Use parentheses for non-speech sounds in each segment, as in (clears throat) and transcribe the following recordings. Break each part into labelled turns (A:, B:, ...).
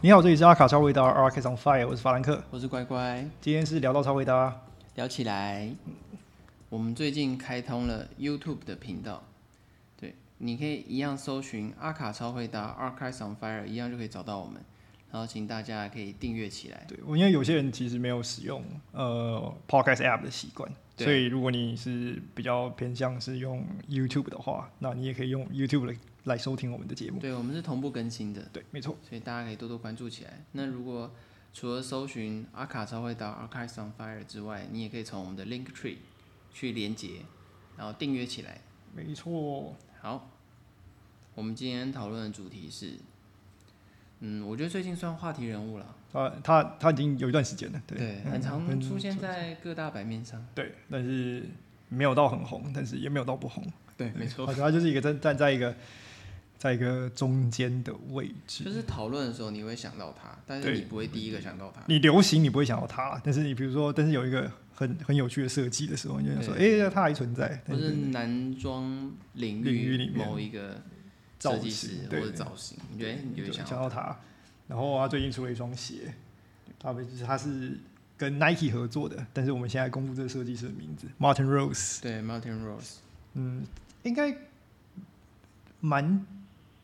A: 你好，这里是阿卡超回答 r k on Fire，我是法兰克。
B: 我是乖乖，
A: 今天是聊到超回答，
B: 聊起来。我们最近开通了 YouTube 的频道，对，你可以一样搜寻“阿卡超回答 ”（Archives on Fire），一样就可以找到我们。然后，请大家可以订阅起来。
A: 对，我因为有些人其实没有使用呃 Podcast App 的习惯，
B: 对
A: 所以如果你是比较偏向是用 YouTube 的话，那你也可以用 YouTube 来来收听我们的节目。
B: 对，我们是同步更新的，
A: 对，没错。
B: 所以大家可以多多关注起来。那如果除了搜寻“阿卡超回答 ”（Archives on Fire） 之外，你也可以从我们的 Link Tree 去连接，然后订阅起来。
A: 没错，
B: 好，我们今天讨论的主题是，嗯，我觉得最近算话题人物了，
A: 他他啊他已经有一段时间了，对，嗯
B: 很常
A: 很
B: 出现在各大版面上。
A: 对，但是没有到很红，但是也没有到不红，
B: 对，没
A: 好像他就是一个站站在一个在一个中间的位置，
B: 就是讨论的时候你会想到他，但是
A: 对
B: 你不会第一个想到他。
A: 你流行你不会想到它，但是你比如说，但是有一个很很有趣的设计的时候，你就想说，哎、
B: 对
A: 它还存在，
B: 或
A: 但
B: 是
A: 是
B: 男装领
A: 领域里
B: 域
A: 面
B: 某一个设
A: 造
B: 计
A: 型
B: 师或
A: 对
B: 者造型，你觉得你就
A: 对
B: 会
A: 想
B: 想到
A: 到它。然后啊他最近出了一双鞋，他们就是它是跟 Nike 合作的，但是我们现在公布这个设计师的名字 Martin Rose，
B: 对 Mountain Rose，
A: 嗯，应该蛮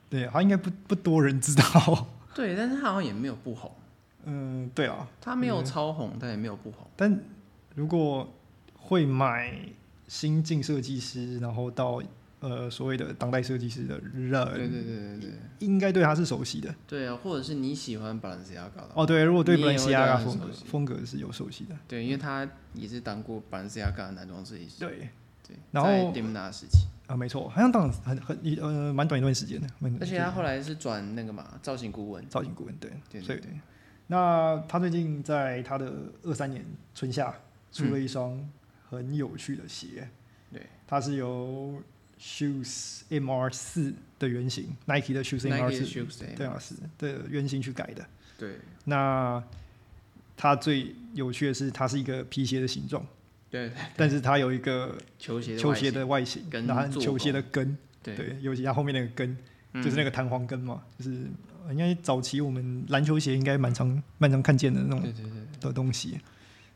A: 对，他应该不不多人知道， (laughs)
B: 对，但是他好像也没有不红，
A: 嗯，对啊，
B: 他没有超红，但也没有不红。
A: 但如果会买新晋设计师，然后到呃所谓的当代设计师的人，
B: 对对对对对
A: 应该对他是熟悉的。
B: 对啊，或者是你喜欢 Balenciaga 的，
A: 哦，对，如果对
B: 你
A: 布
B: 也会
A: 兰西亚
B: 对他
A: 风
B: 很
A: 格
B: 熟悉
A: 风格是有熟悉的，
B: 对，因为他也是当过 Balenciaga 的男装设计师，
A: 对
B: 对，
A: 然后
B: 在 Demna 时期，
A: 啊，没错，好像当很很一呃蛮短一段时间的，蛮
B: 而且他后来是转那个嘛造型顾问，
A: 造型顾问，对，
B: 对
A: 所
B: 对
A: 以
B: 对，
A: 那他最近在他的二三年春夏出了一双很有趣的鞋，
B: 对
A: 它是由 Shoes MR 四的原型，Nike 的 Shoes MR
B: Nike
A: 四
B: 的 Shoes
A: 对啊，是的原型去改的。
B: 对
A: 那它最有趣的是，它是一个皮鞋的形状，
B: (laughs) 对
A: 但是它有一个
B: 球鞋的
A: 球
B: 外
A: 鞋
B: 形，
A: 的外形，
B: 跟
A: 然后它
B: 做
A: 球鞋
B: 工
A: 的跟，
B: 对，
A: 对，尤其它后面那个跟，
B: 嗯
A: 就是那个弹簧跟嘛，就是呃应该早期我们篮球鞋应该蛮常蛮常看见的那种
B: 对对对，
A: 的东西，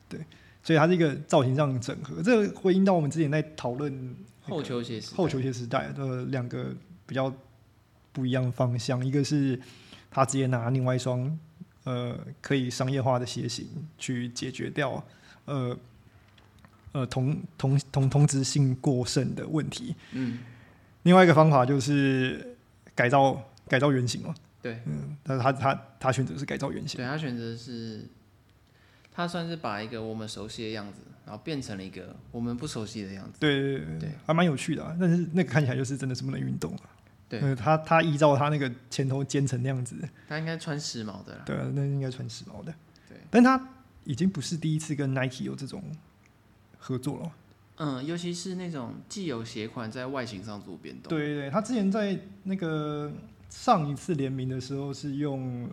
A: 对，所以它是一个造型上的整合，这个回应到我们之前在讨论
B: 后球鞋时代
A: 后球鞋时代的两个比较不一样的方向，一个是他直接拿另外一双呃可以商业化的鞋型去解决掉呃呃同同同同质性过剩的问题，
B: 嗯，
A: 另外一个方法就是改造改造原型嘛，
B: 对
A: 嗯，但是他他他选择是改造原型，
B: 对，他选择是，他算是把一个我们熟悉的样子，然后变成了一个我们不熟悉的样子，
A: 对对对
B: 对
A: 还蛮有趣的、啊，但是那个看起来就是真的是不能运动、啊。
B: 对
A: 呃，他他依照他那个前头尖成那样子，
B: 他应该穿时髦的啦，
A: 对啊，那应该穿时髦的。
B: 对，
A: 但他已经不是第一次跟 Nike 有这种合作了。
B: 嗯，尤其是那种既有鞋款在外形上做变动，
A: 对对对，他之前在那个上一次联名的时候是用，好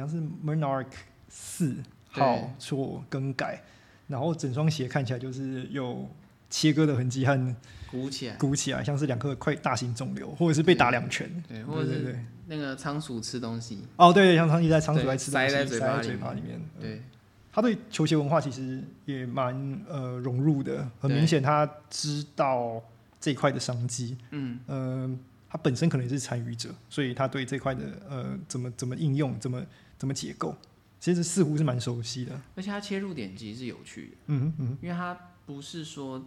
A: 像是 Monarch 四号做更改，然后整双鞋看起来就是有切割的痕迹和
B: 鼓起来，
A: 鼓起来，像是两颗块大型肿瘤，或者是被打两拳。
B: 对，或者
A: 对
B: 是
A: 对对
B: 那个仓鼠吃东西，
A: 哦，对，像他一直在仓鼠
B: 对
A: 在吃东
B: 塞
A: 西，
B: 在
A: 塞
B: 嘴巴
A: 在
B: 里
A: 嘴巴里面。
B: 对，
A: 他对球鞋文化其实也蛮呃融入的，很
B: 对
A: 明显他知道这一块的商机，
B: 嗯，
A: 嗯、他本身可能也是参与者，所以他对这块的呃怎么怎么应用、怎么怎么解构，其实似乎是蛮熟悉的。
B: 而且它切入点其实是有趣的，
A: 嗯哼嗯哼，
B: 因为它不是说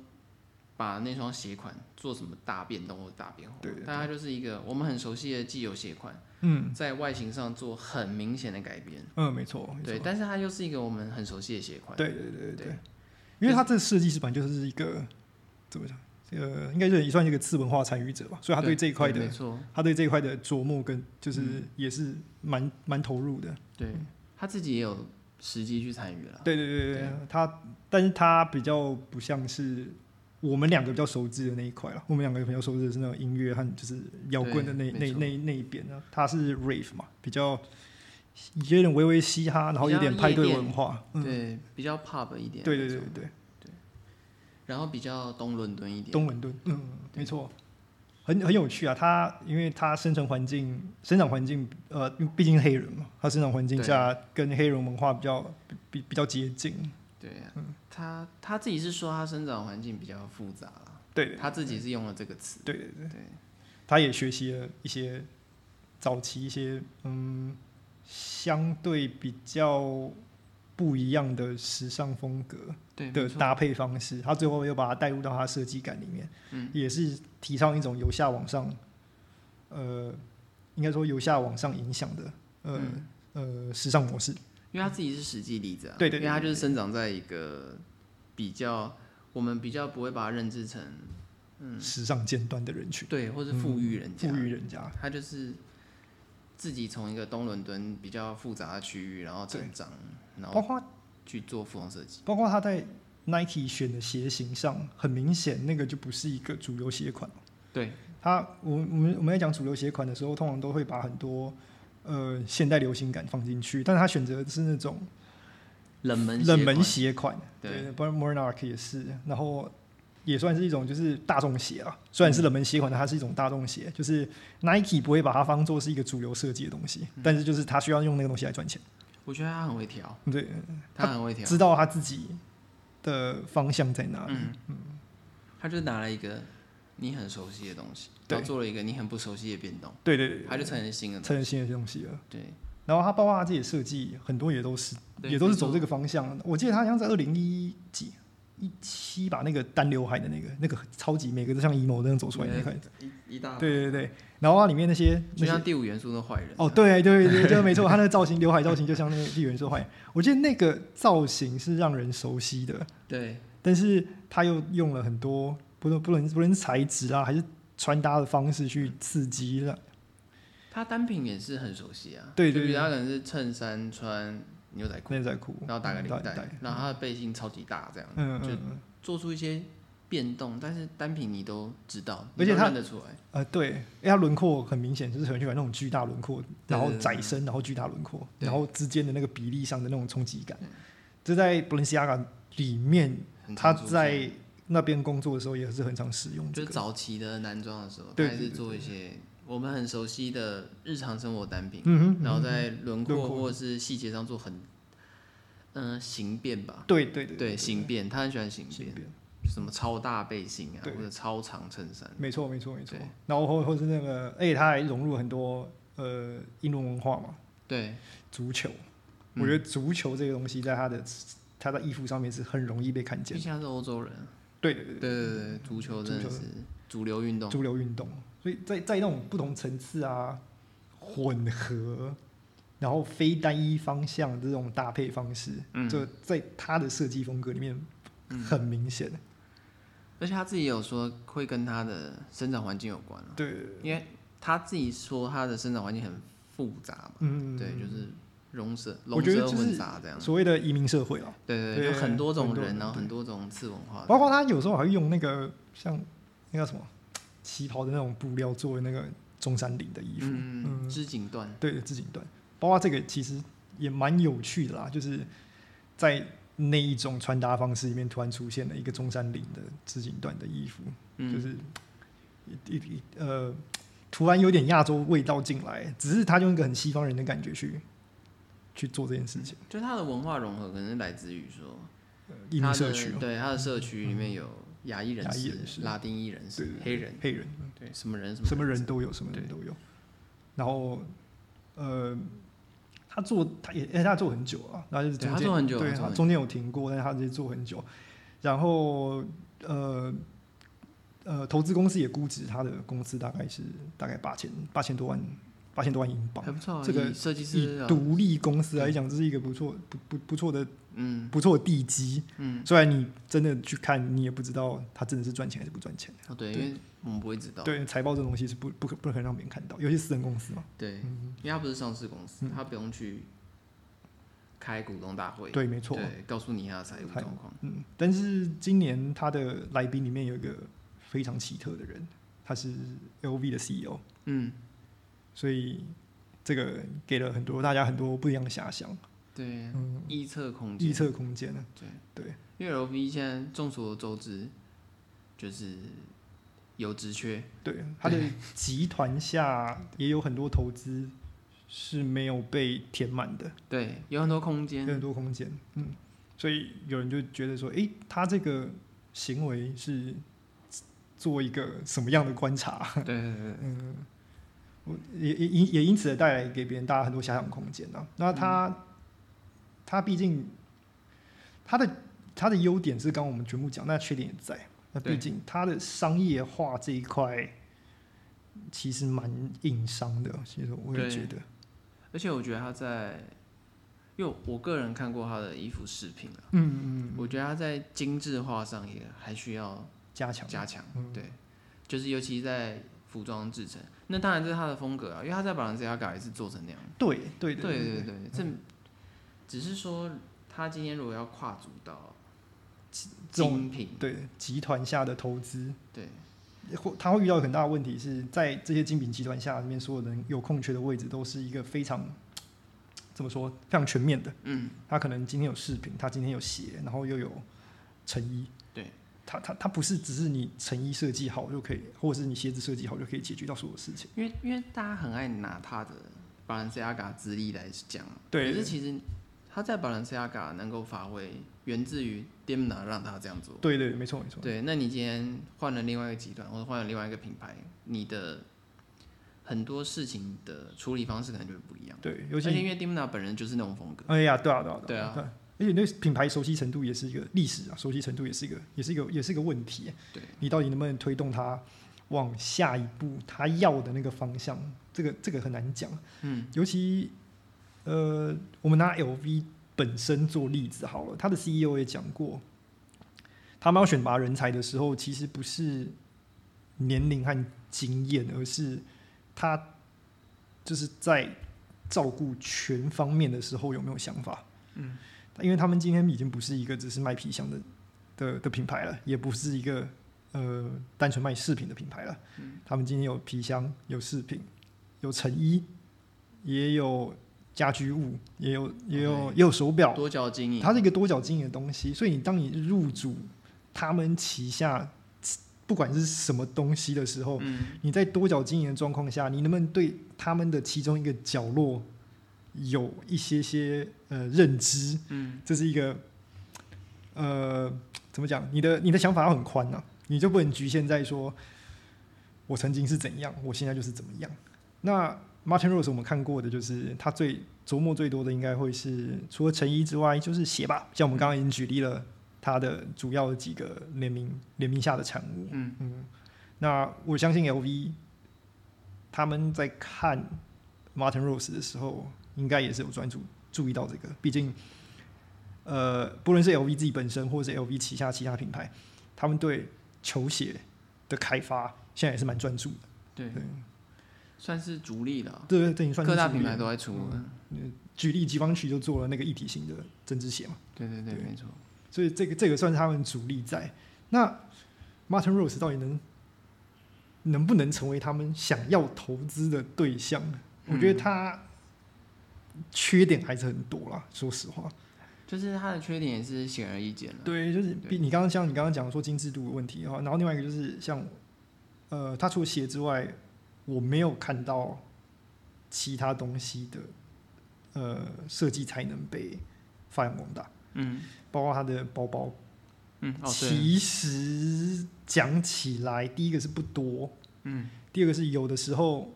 B: 把那双鞋款做什么大变动或大变化，
A: 对对对
B: 但它就是一个我们很熟悉的既有鞋款，
A: 嗯
B: 在外形上做很明显的改变，
A: 嗯，没错，没
B: 对，
A: 错，
B: 但是它又是一个我们很熟悉的鞋款，
A: 对对对对
B: 对
A: 对，因为他这个设计师本来就是一个怎么讲，呃，应该是也算是一个次文化参与者吧，所以他对这一块
B: 对没
A: 的。
B: 错，嗯
A: 他对这一块的琢磨跟就是也是蛮蛮投入的，
B: 对他自己也有时机去参与了，
A: 对对对对
B: 对，
A: 他，但是他比较不像是我们两个比较熟知的那一块了。我们两个比较熟知的是那种音乐和就是摇滚的那
B: 对
A: 那
B: 没错
A: 那那一边呢。他是 rave 嘛，比较有点微微嘻哈，然后
B: 比较
A: 有点派对
B: 夜店
A: 文化。嗯，
B: 对，比较 pub 一点，
A: 对对
B: 没
A: 对
B: 错，
A: 对，
B: 然后比较东伦敦一点，
A: 东伦敦，嗯，没错，很很有趣啊。他因为他生存环境、生长环境，呃，因为毕竟是黑人嘛，他生长环境
B: 对
A: 下跟黑人文化比较比比较接近。
B: 对呀、
A: 嗯
B: 他他自己是说他生长环境比较复杂啦，
A: 对
B: 他自己是用了这个词，
A: 对对，
B: 对，
A: 他也学习了一些早期一些嗯相对比较不一样的时尚风格。
B: 对
A: 的
B: 没错
A: 搭配方式，他最后又把它带入到他设计感里面，
B: 嗯
A: 也是提倡一种由下往上，呃，应该说由下往上影响的，呃、
B: 嗯
A: 呃，时尚模式，
B: 因为他自己是实际例子啊，
A: 对对对
B: 因为他就是生长在一个比较我们比较不会把它认知成
A: 时尚尖端的人群，
B: 对，嗯或是富裕人家，
A: 嗯富裕人家，
B: 他就是自己从一个东伦敦比较复杂的区域，然后成长，然
A: 包
B: 后
A: 括
B: 去做服装设计，
A: 包括他在 Nike 选的鞋型上，很明显那个就不是一个主流鞋款。
B: 对
A: 它，我我们我们在讲主流鞋款的时候，通常都会把很多呃现代流行感放进去，但是他选择的是那种
B: 冷门
A: 冷
B: 鞋
A: 门
B: 款
A: 鞋款，
B: 对
A: 对，不然 Monarch 也是，然后也算是一种就是大众鞋啊，虽
B: 嗯
A: 然是冷门鞋款，但它是一种大众鞋，就是 Nike 不会把它当做是一个主流设计的东西，
B: 嗯
A: 但是就是他需要用那个东西来赚钱，
B: 我觉得他很会调，
A: 对，
B: 他很会调，
A: 知道他自己的方向在哪里，
B: 嗯他就拿了一个你很熟悉的东西，
A: 对
B: 然后做了一个你很不熟悉的变动，
A: 对对对，
B: 他就成了新的东
A: 成了新的东西了。
B: 西。对，
A: 然后他包括他自己的设计，很多也都是
B: 对
A: 也都是
B: 没错
A: 走这个方向。我记得他好像在二零一几一七吧，那个单刘海的那个那个超级每个都像 emo 那样走出来那个，
B: 一一大，
A: 对对对，然后它里面那些那
B: 就
A: 些
B: 像第五元素的坏人啊。
A: 哦，对对对，就没错，他那个造型，刘海造型就像那个地缘说坏。 (laughs) 我觉得那个造型是让人熟悉的，
B: 对
A: 但是他又用了很多不论不论不论是材质啊，还是穿搭的方式去刺激了。
B: 他单品也是很熟悉啊，
A: 对
B: 就
A: 对
B: 比如
A: 对
B: 他可能是衬衫穿牛仔裤，
A: 内在裤，
B: 然后打个领带
A: 嗯带，，
B: 然后他的背心超级大这样，
A: 嗯嗯
B: 就
A: 嗯，
B: 做出一些变动，但是单品你都知道，
A: 而且
B: 你都
A: 他
B: 认得出来，
A: 呃，对，因为它轮廓很明显，就是很喜欢那种巨大轮廓，
B: 对
A: 然后
B: 对对
A: 窄身，然后巨大轮廓，
B: 对
A: 然后之间的那个比例上的那种冲击感，这在 Balenciaga 里面，
B: 很
A: 他
B: 常出现
A: 在那边工作的时候也是很常使用这
B: 就是
A: 个。
B: 早期的男装的时候，他
A: 对
B: 还是
A: 对对
B: 做一些我们很熟悉的日常生活单品，
A: 嗯哼，
B: 然后在轮廓
A: 轮廓
B: 或是细节上做很，嗯、形变吧，
A: 对对对
B: 对形变，他很喜欢形
A: 形
B: 变，
A: 变，
B: 什么超大背心啊，
A: 对
B: 或者超长衬衫，
A: 没错没错没错
B: 对。
A: 然后或或是那个，而且他还融入很多呃英伦文化嘛，
B: 对，
A: 足球。
B: 嗯
A: 我觉得足球这个东西在他的他的衣服上面是很容易被看
B: 毕
A: 见。
B: 竟他是欧洲人，啊
A: 对对对
B: 对对对，足球真的
A: 足
B: 是
A: 球
B: 主流运动，
A: 主流运动，所以在在那种不同层次啊混合，然后非单一方向的这种搭配方式，
B: 嗯
A: 就在他的设计风格里面
B: 嗯
A: 很明显。
B: 而且他自己有说会跟他的生长环境有关啊，
A: 对，
B: 因为他自己说他的生长环境很复杂嘛，
A: 嗯，
B: 对，就是融蛇
A: 我
B: 融
A: 觉得
B: 蛇
A: 就是
B: 混杂这样，
A: 所谓的移民社会了。
B: 对对对，
A: 对
B: 就很多种
A: 很多
B: 人，
A: 人
B: 然后很多种次文化，
A: 包括他有时候还会用那个像那叫什么旗袍的那种布料作为那个中山领的衣服，
B: 嗯织锦缎，
A: 对，织锦缎。包括这个其实也蛮有趣的啦，就是在那一种穿搭方式里面突然出现了一个中山领的织锦缎的衣服，
B: 嗯，
A: 就是一一一呃，突然有点亚洲味道进来，只是他用一个很西方人的感觉去去做这件事情，
B: 就他的文化融合可能是来自于说
A: 呃移民社区
B: 嗯他
A: 哦
B: 的，对他的社区里面有亚裔人
A: 亚裔
B: 士
A: 人、士
B: 拉丁裔人士
A: 对、
B: 黑人，
A: 黑人。
B: 对什么人
A: 什么人
B: 士
A: 都有，什么人都有。然后，呃，他做他也，哎，他做很久啊，然后就是
B: 对
A: 中
B: 他
A: 间
B: 做很久
A: 对
B: 他做
A: 他
B: 很
A: 中间有停过，但是他直接做很久。然后，呃，呃，投资公司也估值他的公司大概是大概八千八千多万八千多万英镑
B: 还。不错啊，
A: 这个
B: 以设计师
A: 以
B: 啊，
A: 独立公司来讲，这是一个不错、不不不错的、
B: 嗯
A: 不错的地基。
B: 嗯，
A: 虽然你真的去看，你也不知道他真的是赚钱还是不赚钱。
B: 哦对，因
A: 对
B: 为我们不会知道，
A: 对，财报这种东西是不不可不可能让别人看到，尤其是私人公司嘛。
B: 对，因为他不是上市公司，
A: 嗯
B: 他不用去开股东大会，
A: 对，没错。
B: 对，告诉你他的财务
A: 财务
B: 状况，
A: 嗯，但是今年他的来宾里面有一个非常奇特的人，他是 LV 的 CEO，
B: 嗯，
A: 所以这个给了很多大家很多不一样的遐想、
B: 对，
A: 嗯，
B: 预测空间，
A: 预测空间啊呢。
B: 对
A: 对，
B: 因为 LV 现在众所周知，就是有职缺，
A: 对，
B: (laughs)
A: 它的集团下也有很多投资是没有被填满的，
B: 对，有很多空
A: 有
B: 间，
A: 很多空间。嗯，所以有人就觉得说，诶，他这个行为是做一个什么样的观察？嗯
B: 对对
A: (laughs)
B: 对，
A: 我也也因也因此带来给别人大家很多遐想空间啊。
B: 嗯
A: 那他、他毕竟他的他的优点是刚刚我们全部讲，那缺点也在。那
B: 对
A: 毕竟他的商业化这一块其实蛮硬伤的，其实我也
B: 对
A: 觉得，
B: 而且我觉得他在，因为我个人看过他的衣服饰品啊，
A: 嗯嗯，
B: 我觉得他在精致化上也还需要
A: 加强
B: 加强，
A: 嗯
B: 对，就是尤其在服装制成，那当然这是他的风格啊，因为他在 Balenciaga 也是做成那样，
A: 对对
B: 对
A: 对嗯
B: 对对，这只是说他今天如果要跨足到
A: 这种
B: 精品，
A: 对集团下的投资，
B: 对
A: 或他会遇到很大的问题是在这些精品集团下面所有人有空缺的位置都是一个非常怎么说非常全面的，
B: 嗯，
A: 他可能今天有饰品，他今天有鞋，然后又有成衣，
B: 对，
A: 他他他不是只是你成衣设计好就可以，或者是你鞋子设计好就可以解决到所有事情，
B: 因为因为大家很爱拿他的 Balenciaga 资历来讲嘛，
A: 对
B: 可是其实他在 Balenciaga 能够发挥，源自于 Demna 让他这样做。
A: 对对，没错没错，
B: 对，那你今天换了另外一个集团，或者换了另外一个品牌，你的很多事情的处理方式可能就会不一样。
A: 对，尤
B: 而且
A: 其
B: 因为 Demna 本人就是那种风格，
A: 哎呀，对啊对啊对啊，
B: 对
A: 而且那个品牌熟悉程度也是一个历史啊，熟悉程度也是一个也是一个也是一个问题，啊
B: 对
A: 你到底能不能推动他往下一步他要的那个方向？这个这个很难讲。嗯，尤其呃，我们拿 LV 本身做例子好了，他的 CEO 也讲过，他们要选拔人才的时候，其实不是年龄和经验，而是他就是在照顾全方面的时候有没有想法。嗯，因为他们今天已经不是一个只是卖皮箱的的的品牌了，也不是一个呃单纯卖饰品的品牌了。他们今天有皮箱，有饰品，有成衣，也有家居物，也有也有也有手表，
B: 多角经营，
A: 它是一个多角经营的东西，所以你当你入主他们旗下不管是什么东西的时候，
B: 嗯
A: 你在多角经营的状况下，你能不能对他们的其中一个角落有一些些呃认知？嗯，这是一个呃怎么讲？你的你的想法要很宽啊，你就不能局限在说我曾经是怎样，我现在就是怎么样。那 Martin Rose 我们看过的就是他最琢磨最多的应该会是除了成衣之外，就是鞋吧。像我们刚刚已经举例了他的主要的几个联名联名下的产物。
B: 嗯
A: 那我相信 LV 他们在看 Martin Rose 的时候，应该也是有专注注意到这个，毕竟呃，不论是 LV 自己本身，或者是 LV 旗下其他品牌，他们对球鞋的开发现在也是蛮专注的。
B: 对
A: 对，
B: 算是主力了啊，
A: 对对对，你算是
B: 各大
A: 主力嗯
B: 品牌都在出。
A: 举例，吉方曲就做了那个一体型的针织鞋嘛，
B: 对对对，没错。
A: 所以这个这个算是他们主力在。那 Martin Rose 到底能能不能成为他们想要投资的对象？我觉得他缺点还是很多啦，说实话。
B: 嗯就是它的缺点也是显而易见了。
A: 对，就是比你刚刚像你刚刚讲说精致度的问题的话，然后另外一个就是像，呃，他除了鞋之外，我没有看到其他东西的呃设计才能被发扬光大，
B: 嗯
A: 包括他的包包。
B: 嗯，哦对，
A: 其实讲起来，第一个是不多，
B: 嗯，
A: 第二个是有的时候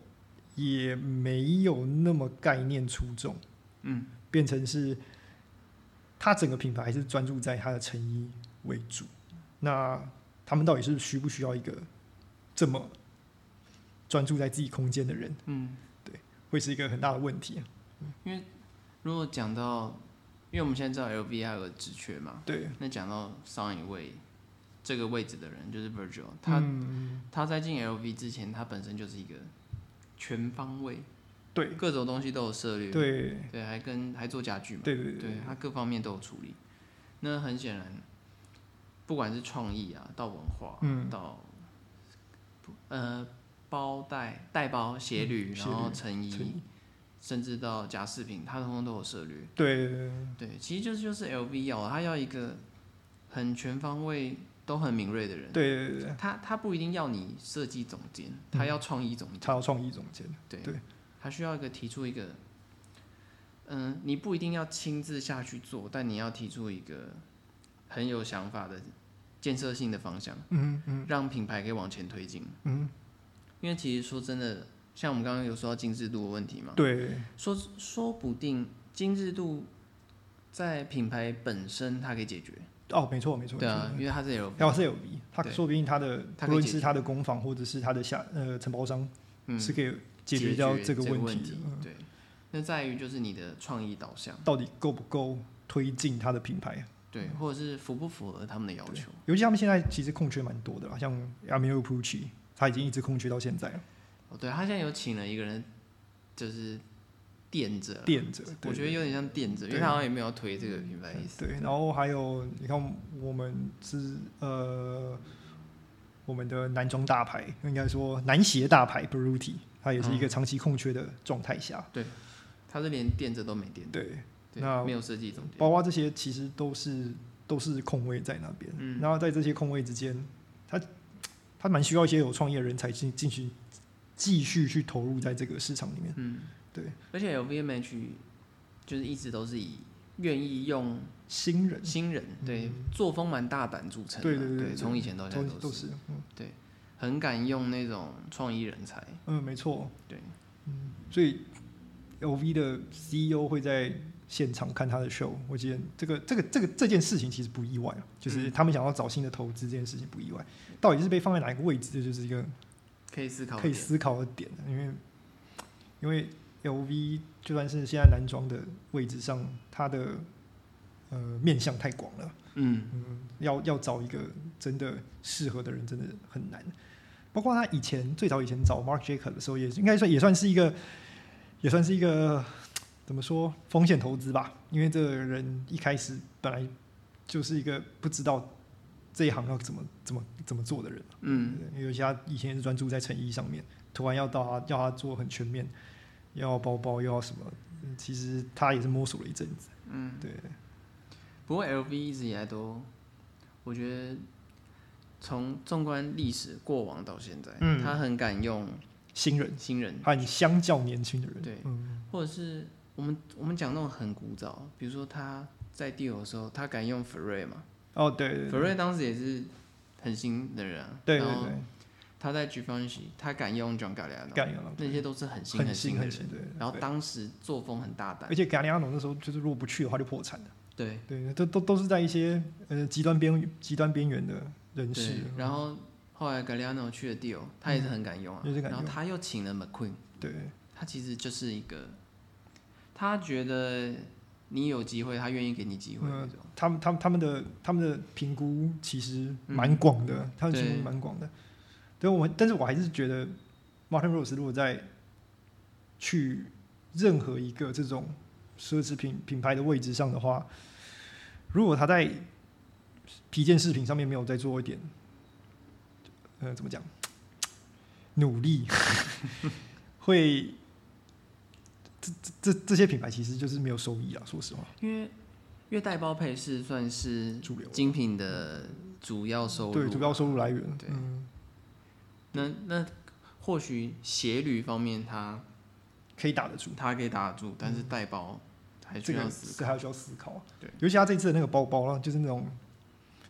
A: 也没有那么概念出众，
B: 嗯，
A: 变成是它整个品牌还是专注在它的成衣为主。那他们到底是需不需要一个这么专注在自己空间的人？
B: 嗯，
A: 会是一个很大的问题。啊
B: 如果讲到，因为我们现在知道 LV 还有个职缺嘛，
A: 对，
B: 那讲到上一位这个位置的人就是 Virgil，他、
A: 嗯、
B: 他在进 LV 之前，他本身就是一个全方位，
A: 对
B: 各种东西都有涉猎，
A: 对对
B: 对，还跟还做家具嘛，
A: 对对
B: 对他各方面都有处理。那很显然，不管是创意啊，到文化，
A: 嗯
B: 到呃包带、带包、鞋履，
A: 嗯
B: 然后
A: 鞋履
B: 成
A: 成
B: 衣，甚至到假饰品，他通通都有涉猎。
A: 对对
B: 啊对，其实就是就是 LV 要的，他要一个很全方位都很敏锐的人，
A: 对对对对，
B: 他他不一定要你设计总监，他要创意总监，
A: 他要创意总监，
B: 对
A: 嗯对，
B: 他需要一个提出一个，嗯、你不一定要亲自下去做，但你要提出一个很有想法的建设性的方向，
A: 嗯嗯
B: 让品牌可以往前推进。
A: 嗯，
B: 因为其实说真的，像我们刚刚有说到精致度的问题嘛，
A: 对
B: 说说不定精致度在品牌本身它可以解决，
A: 哦，没错没错，
B: 对啊，
A: 没错
B: 因为它是有
A: 要是有 B，他
B: 对
A: 说不定他的
B: 他可以
A: 不论
B: 解
A: 是
B: 决
A: 他的工坊或者是他的下呃承包商
B: 嗯
A: 是可以解
B: 决
A: 决掉这
B: 这
A: 个
B: 问
A: 题的，嗯
B: 对，那在于就是你的创意导向，
A: 到底够不够推进他的品牌？
B: 对，
A: 嗯
B: 或者是符不符合他们的要求。
A: 尤其他们现在其实空缺蛮多的啦，像 a m i r Pucci，他已经一直空缺到现在了，
B: 哦，对他现在有请了一个人，就是垫着，
A: 垫着。对
B: 我觉得有点像垫着，因为
A: 对
B: 他好像也没有推这个品牌的意思。
A: 对，然后还有你看我们是呃我们的男装大牌，应该说男鞋大牌 Brutti，它也是一个长期空缺的状态下，
B: 他是连垫着都没垫，
A: 对，
B: 对
A: 那，
B: 没有设计总监。
A: 包括这些其实都是都是空位在那边，
B: 嗯
A: 然后在这些空位之间，他他蛮需要一些有创业的人才进进去继续去投入在这个市场里面，
B: 嗯，
A: 对，
B: 而且 LVMH 就是一直都是以愿意用
A: 新人
B: 新人对作风蛮大胆著称的，
A: 嗯对对对对
B: 从以前到
A: 都
B: 现在
A: 都
B: 都是
A: 是，嗯
B: 很敢用那种创意人才。
A: 嗯，没错，
B: 对，
A: 所以 LV 的 CEO 会在现场看他的 show，我记得这个这个这个这件事情其实不意外啊，就是他们想要找新的投资这件事情不意外，到底是被放在哪一个位置，这就是一个
B: 可以思考
A: 可以
B: 点
A: 思考的点，啊因为因为 LV 就算是现在男装的位置上，它的呃面向太广了，
B: 嗯，
A: 嗯，要要找一个真的适合的人真的很难。包括他以前最早以前找 Mark Jacob 的时候，也是应该算也算是一个也算是一个怎么说风险投资吧，因为这个人一开始本来就是一个不知道这一行要怎么怎么怎么做的人。
B: 嗯，
A: 有些他以前也是专注在成衣上面，突然要到他要他做很全面，又要包包又要什么，嗯其实他也是摸索了一阵子。嗯，对，
B: 不过 LV 一直以来都，我觉得从纵观历史过往到现在，
A: 嗯
B: 他很敢用
A: 新人
B: 新人，
A: 和相较年轻的人，
B: 对
A: 嗯，
B: 或者是我们我们讲那种很古早，比如说他在帝友的时候，他敢用 Ferre 嘛
A: 哦，对对对
B: ，Ferre 当时也是很新的人啊，
A: 对
B: 然后
A: 对
B: 他在 Givenchy，他敢用 John g a l l i a
A: 对，
B: n
A: 干掉了，
B: 那些都是很新
A: 很
B: 新
A: 新
B: 的
A: 很
B: 人，
A: 新，对。
B: 然后
A: 对哎
B: 当时作风很大胆
A: 而，且 g a l i a n o 那时候就是如果不去的话就破产了，
B: 对
A: 对，都都都是在一些呃极端边极端边缘的人士
B: 对，，然后后来 g a l l i a n o 去了 Dior，他也是很敢用啊，
A: 嗯也是敢
B: 然后
A: 用
B: 他又请了 McQueen。
A: 对
B: 他其实就是一个，他觉得你有机会，他愿意给你机会那
A: 嗯
B: 种。
A: 他们他们他们的他们的评估其实蛮广的，他们的评
B: 对
A: 估蛮广的。对，我但是我还是觉得 Martin Rose 如果在去任何一个这种奢侈品品牌的位置上的话，如果他在皮件饰品上面没有再做一点，呃，怎么讲，努力， (laughs) 会这这这这些品牌其实就是没有收益啊，说实话，
B: 因为因为带包配饰算是
A: 主流
B: 精品的主要收入，
A: 对主要。收入来源，
B: 对
A: 嗯。
B: 那那或许鞋履方面他，
A: 可以打得住
B: 他可以打得住，但是带包还需
A: 嗯这
B: 要
A: 个
B: 思考。
A: 这还需要思考。啊
B: 对，
A: 尤其他这次的那个包包啦，就是那种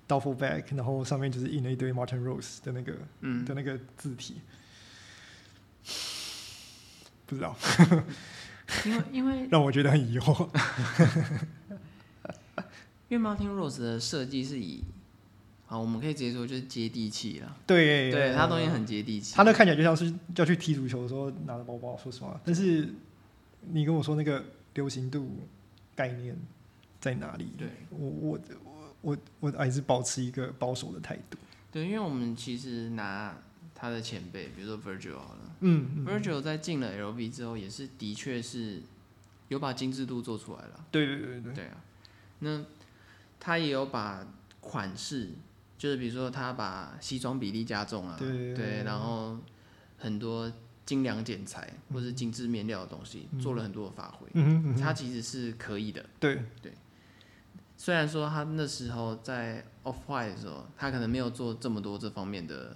A: duffel bag，然后上面就是印了一堆 Martin Rose 的那个、
B: 嗯，
A: 的那个字体，不知道
B: 因为因为
A: 让我觉得很疑惑。 (laughs)
B: 因为 Martin Rose 的设计是以，啊，我们可以直接说就是接地气啦。
A: 对，
B: 对，他东西很接地气。
A: 他那看起来就像是要去踢足球的时候拿着包包，说实话。但是你跟我说那个流行度概念在哪里？
B: 对，
A: 我我我我我还是保持一个保守的态度。
B: 对，因为我们其实拿他的前辈，比如说 Virgil 好了、
A: 嗯嗯，
B: v i r g i l 在进了 LV 之后，也是的确是有把精致度做出来了。
A: 对对对对
B: 对啊，那他也有把款式，就是比如说他把西装比例加重啊，
A: 对对对对
B: 然后很多精良剪裁或
A: 嗯
B: 是精致面料的东西，做了很多的发挥，
A: 嗯哼嗯哼，
B: 他其实是可以的。
A: 对。
B: 虽然说他那时候在 Off White 的时候，他可能没有做这么多这方面的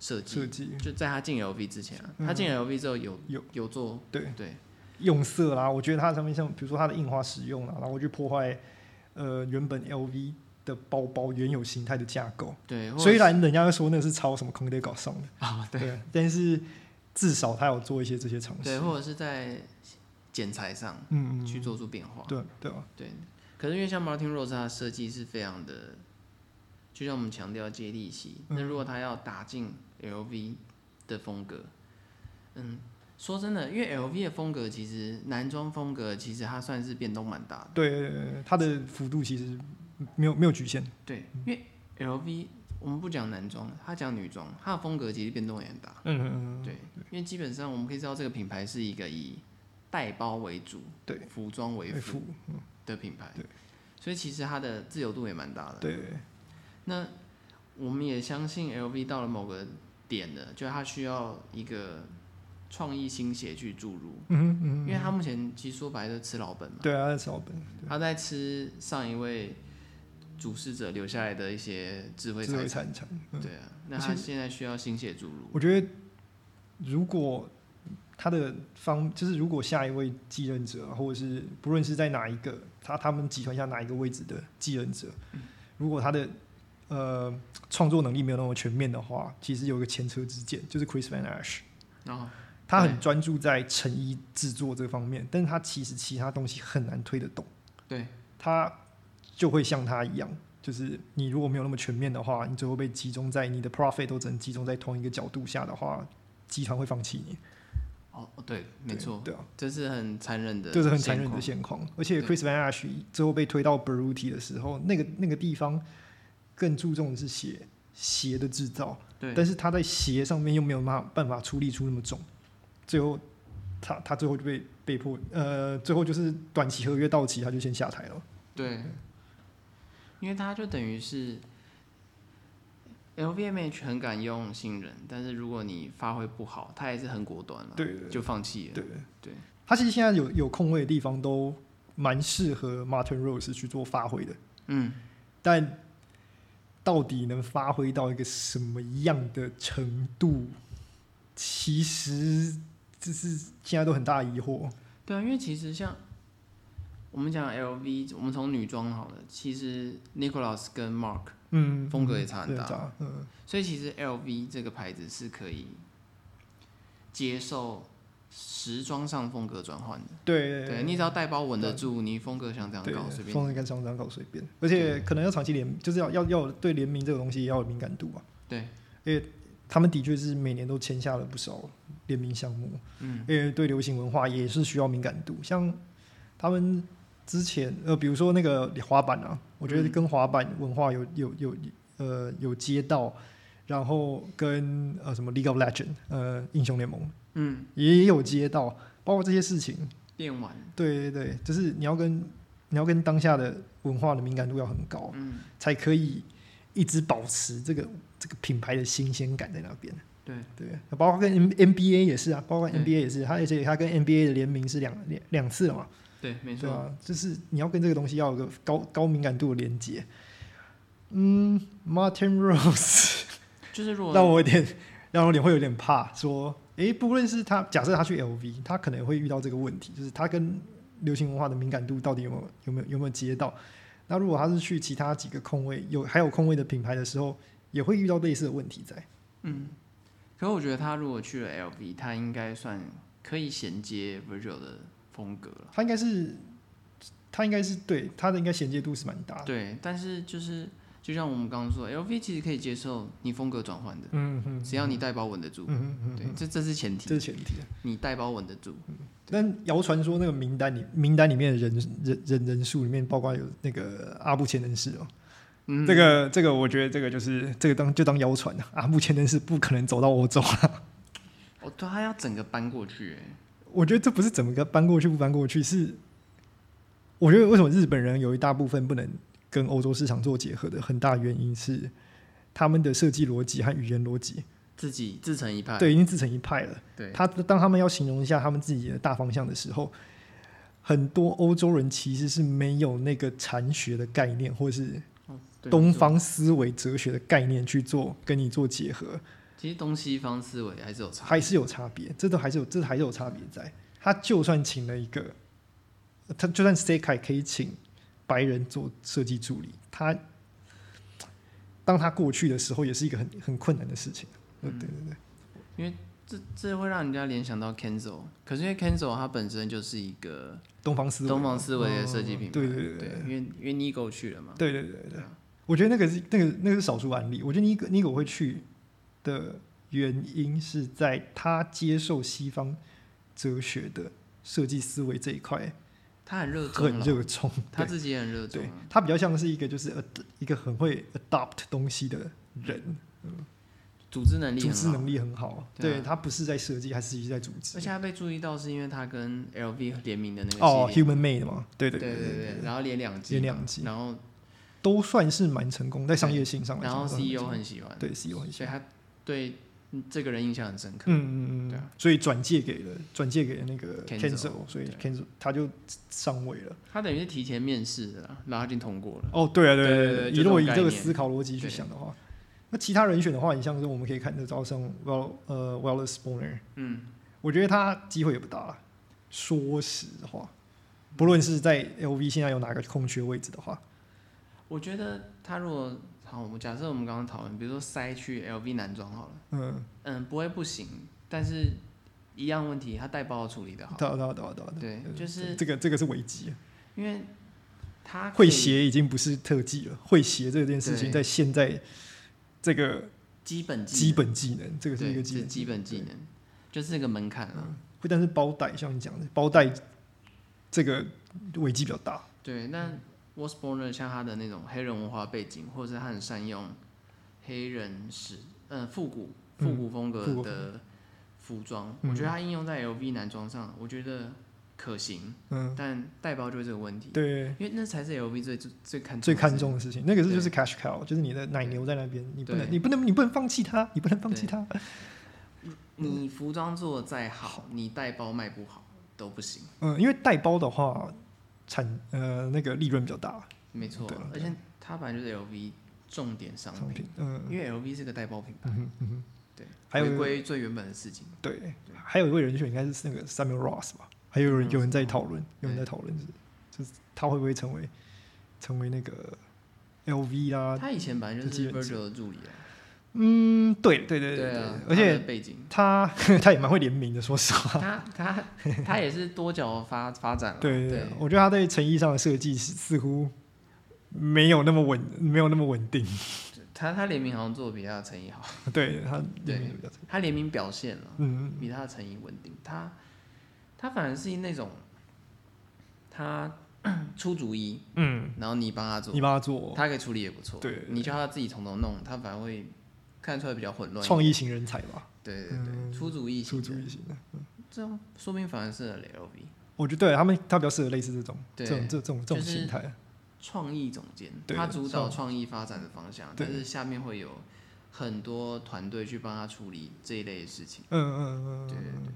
B: 设
A: 设
B: 计，
A: 计，
B: 就在他进 LV 之前啊，
A: 嗯
B: 他进 LV 之后有
A: 有
B: 有做
A: 对
B: 对
A: 用色啦，我觉得它上面像比如说它的印花使用啦，啊然后去破坏呃原本 LV 的包包原有形态的架构。
B: 对，或者
A: 虽然人家会说那是抄什么空 d 搞上的，
B: 啊对
A: 哦对，但是至少他有做一些这些尝试。
B: 对，或者是在剪裁上
A: 嗯，嗯，
B: 去做出变化，
A: 对对啊，
B: 对，可是因为像 Martin Rose 它的设计是非常的，就像我们强调接地气。那如果他要打进 LV 的风格，嗯，说真的，因为 LV 的风格其实男装风格其实它算是变动蛮大的。
A: 对对对对它的幅度其实没有没有局限。
B: 对，因为 LV 我们不讲男装，它讲女装，它的风格其实变动也很大。
A: 嗯嗯嗯，
B: 对，因为基本上我们可以知道这个品牌是一个以带包为主，
A: 对，
B: 服装为
A: 为
B: 辅
A: 辅
B: 的品牌，
A: 对，
B: 所以其实它的自由度也蛮大的。
A: 对
B: 那我们也相信 LV 到了某个点了，就它需要一个创意新血去注入，
A: 嗯
B: 因
A: 嗯
B: 为
A: 嗯，
B: 它目前其实说白了吃老本嘛，
A: 对啊，是草本
B: 它在吃上一位主事者留下来的一些智慧
A: 智慧产
B: 财
A: 嗯产。
B: 产，对啊，那它现在需要新血注入，
A: 我觉得如果他的方就是如果下一位继任者啊，或者是不论是在哪一个他他们集团下哪一个位置的继任者，如果他的呃创作能力没有那么全面的话，其实有一个前车之鉴，就是 Chris Van Ash，
B: 然后
A: 他很
B: 对
A: 专注在成衣制作这方面，但是他其实其他东西很难推得动，
B: 对
A: 他就会像他一样。就是你如果没有那么全面的话，你最后被集中在你的 profit 都只能集中在同一个角度下的话，集团会放弃你。
B: 哦对，没
A: 对
B: 错，
A: 对啊，
B: 这是很残忍的现况，
A: 这是很残忍的现况。而且
B: 对
A: Chris Van Ash 最后被推到 Beruti 的时候，那个那个地方更注重的是鞋鞋的制造，
B: 对
A: 但是他在鞋上面又没有办法办法出力出那么重，最后他他最后就被被迫呃，最后就是短期合约到期，他就先下台了。
B: 对，因为它就等于是 LVMH 很敢用新人，但是如果你发挥不好，他也是很果断了，
A: 对对
B: 就放弃了。
A: 对
B: 对，
A: 他其实现在有有空位的地方都蛮适合 Martin Rose 去做发挥的，
B: 嗯，
A: 但到底能发挥到一个什么样的程度，其实这是现在都很大疑惑。
B: 对啊，因为其实像我们讲 LV，我们从女装好了，其实 Nicholas 跟 Mark，
A: 嗯，
B: 风格也差很大
A: 对差嗯，
B: 所以其实 LV 这个牌子是可以接受时装上风格转换的。
A: 对
B: 对你只要带包稳得住，你风格想怎样
A: 对
B: 搞随便
A: 风格
B: 你。
A: 跟商场搞随便，而且可能要长期联，就是要要要对联名这个东西也要有敏感度啊。
B: 对，
A: 因为他们的确是每年都签下了不少联名项目，
B: 嗯，
A: 因为对流行文化也是需要敏感度。像他们之前呃，比如说那个滑板啊，我觉得
B: 嗯
A: 跟滑板文化有有有呃有接到，然后跟呃什么 League of Legend 呃英雄联盟
B: 嗯，
A: 也有接到，包括这些事情。
B: 电玩，
A: 对对对，就是你要跟你要跟当下的文化的敏感度要很高，
B: 嗯，
A: 才可以一直保持这个这个品牌的新鲜感在那边。
B: 对。
A: 对，包括跟 N NBA 也是啊，包括
B: 对
A: NBA 也是，它而且它跟 NBA 的联名是两两两次了嘛，
B: 对，没
A: 对
B: 错，
A: 啊，就是你要跟这个东西要有个高高敏感度的连接。嗯，Martin Rose
B: 就是如
A: 让
B: 果
A: 我有点让我有点会有点怕，说，诶，不论是他假设他去 LV，他可能会遇到这个问题，就是他跟流行文化的敏感度到底有没有有没有有没有接到？那如果他是去其他几个空位有还有空位的品牌的时候，也会遇到类似的问题在。
B: 可是我觉得他如果去了 LV，他应该算可以衔接 Virgil 的风格了。
A: 他应该是，他应该是对他的应该衔接度是蛮大的。
B: 对，但是就是就像我们刚刚说，LV 其实可以接受你风格转换的，
A: 嗯嗯
B: 只要你带包稳得住。
A: 嗯嗯
B: 对，这这是前
A: 这嗯
B: 提
A: 是，前提。
B: 你带包稳得住。
A: 但谣传说那个名单里名单里面的人人人人数里面，包括有那个阿布前能士哦，
B: 嗯，
A: 这个这个我觉得这个就是这个当就当谣传了。 (laughs) 阿布前能士不可能走到欧洲啊，
B: 哦，对，他要整个搬过去，哎，
A: 我觉得这不是怎么个搬过去不搬过去，是我觉得为什么日本人有一大部分不能跟欧洲市场做结合的很大原因是他们的设计逻辑和语言逻辑，
B: 自己自成一派。
A: 对，已经自成一派了。
B: 对
A: 他当他们要形容一下他们自己的大方向的时候，很多欧洲人其实是没有那个禅学的概念，或是
B: 哦对
A: 东
B: 没错
A: 方思维哲学的概念去做跟你做结合，
B: 其实东西方思维还是有差
A: 还是有差别，这都还是有，这还是有差别在。他就算请了一个，他就算 s e k a i 可以请白人做设计助理，他当他过去的时候，也是一个很很困难的事情。嗯，对对对，
B: 这这会让人家联想到 Kenzo，可是因为 Kenzo 它本身就是一个
A: 东方思维嘛，
B: 东方思维的设计品
A: 嗯
B: 牌，
A: 对对对
B: 对，因为因为 Nigo 去了嘛，
A: 对对对对对，我觉得那个是那个那个是少数案例。我觉得尼格尼格会去的原因是在他接受西方哲学的设计思维这一块
B: 他很热衷
A: 很
B: 了，
A: 热衷，
B: 他
A: 对
B: 自己也很热衷
A: 对
B: 啊。
A: 他比较像是一个就是 ad, 一个很会 adopt 东西的人，
B: 组织能力
A: 组
B: 很
A: 织
B: 好，
A: 能力很好。
B: 对啊
A: 对他不是在设计，他自己是在组织
B: 而。且他被注意到是因为他跟 LV 联名的那个
A: 哦
B: 系列
A: ，Human Made 嘛，对对
B: 对
A: 对，
B: 对，然后连两季嘛，
A: 连两季
B: 然后
A: 都算是蛮成功，在商业性上来
B: 然
A: 讲
B: 后
A: 都很成
B: CEO
A: 功，
B: 很喜欢，
A: 对 CEO 很喜欢
B: 所以他对这个人印象很深刻。
A: 嗯嗯嗯
B: 对
A: 嗯
B: 啊，
A: 所以转借给了转借给了那个
B: Kenzo，
A: Kenzo，所以
B: 对
A: Kenzo 他就上位了。
B: 他等于是提前面试的啦，然后他已经通过了。
A: 哦，对啊，对啊对
B: 对对
A: 啊
B: 对
A: 对啊，
B: 就
A: 你
B: 这
A: 如
B: 种
A: 果以这
B: 概
A: 个
B: 念
A: 思考逻辑去想的话，那其他人选的话，你像是我们可以看得到像 Well 呃 Wallace Bonner，
B: 嗯，
A: 我觉得他机会也不大啦。说实话，不论是在 LV 现在有哪个空缺位置的话，
B: 我觉得他如果好，我们假设我们刚刚讨论，比如说塞去 LV 男装好了，
A: 嗯，
B: 嗯，不会不行，但是一样问题，他带包处理的好，
A: 对啊对啊对啊对啊，对啊
B: 对，就是
A: 这个这个是危机，
B: 因为他可
A: 会
B: 以
A: 鞋已经不是特技了，会鞋这件事
B: 对
A: 情在现在这个
B: 基本技能
A: 基本技能，这个是
B: 对
A: 一个
B: 这
A: 技能，
B: 基本技
A: 对嗯
B: 能，就是这个门槛啊。
A: 会，但是包袋像你讲的，包袋这个危机比较大。
B: 对，那 w a s b o r n e r 像他的那种黑人文化背景，或者是他很善用黑人史，嗯、复古复古风
A: 嗯复
B: 格
A: 古
B: 的服装，
A: 嗯
B: 我觉得他应用在 LV 男装上，我觉得可行，
A: 嗯，
B: 但带包就是个问题，
A: 对，
B: 因为那才是 LV 最最最看重的
A: 最看
B: 事
A: 重的事情，那个是
B: 对
A: 就是 cash cow，就是你的奶牛在那边，你不能，
B: 对
A: 你不能，你不能放弃它，你不能放弃它。
B: 你服装做的再好，你带包卖不好都不行。
A: 嗯，因为带包的话，产呃那个利润比较大，
B: 没错
A: 对啊，
B: 而且它本来就是 LV 重点商
A: 商
B: 品
A: 品，，嗯，
B: 因为 LV 是个带包品牌，对，
A: 还有
B: 回归最原本的事情。
A: 对，还有一位人选应该是那个 Samuel Ross 吧，还有人有人在讨论，有人在讨论是，就是他会不会成为成为那个 LV 啦？
B: 他以前本来就
A: 这基
B: 是
A: 本是
B: Virgil 的助理啊，
A: 嗯，对对对
B: 对
A: 对
B: 啊，，
A: 而
B: 他
A: 且
B: 的背
A: (laughs)
B: 景，
A: 他他也蛮会联名的，说实话。
B: 他他他也是多角发发展了，
A: 对对
B: 对
A: 对，，我觉得他在诚意上的设计似似乎没有那么稳，没有那么稳定。
B: 他他联名好像做的比他的诚意好，
A: 对他，
B: 对
A: 嗯比较
B: 他联名表现了
A: 嗯，
B: 比他的诚意稳定，他他反而是那种他 (clears throat) 出主意，嗯，然后你帮他做，
A: 你帮他做
B: 他可以处理也不错。
A: 对
B: 你叫他自己从头弄，他反而会看出来比较混乱。
A: 创意型人才吧，
B: 对对对，
A: 嗯
B: 出主意型
A: 出
B: 的
A: 主意型的。
B: 这样说明反而是 LV
A: 我觉得对他们，他比较适合类似这种这
B: 对
A: 种这种这
B: 就
A: 种
B: 是
A: 形态。
B: 创意总监，
A: 对
B: 他主导创意发展的方向，
A: 对
B: 但是下面会有很多团队去帮他处理这一类的事情。
A: 嗯嗯嗯
B: 对对
A: 嗯，
B: 对。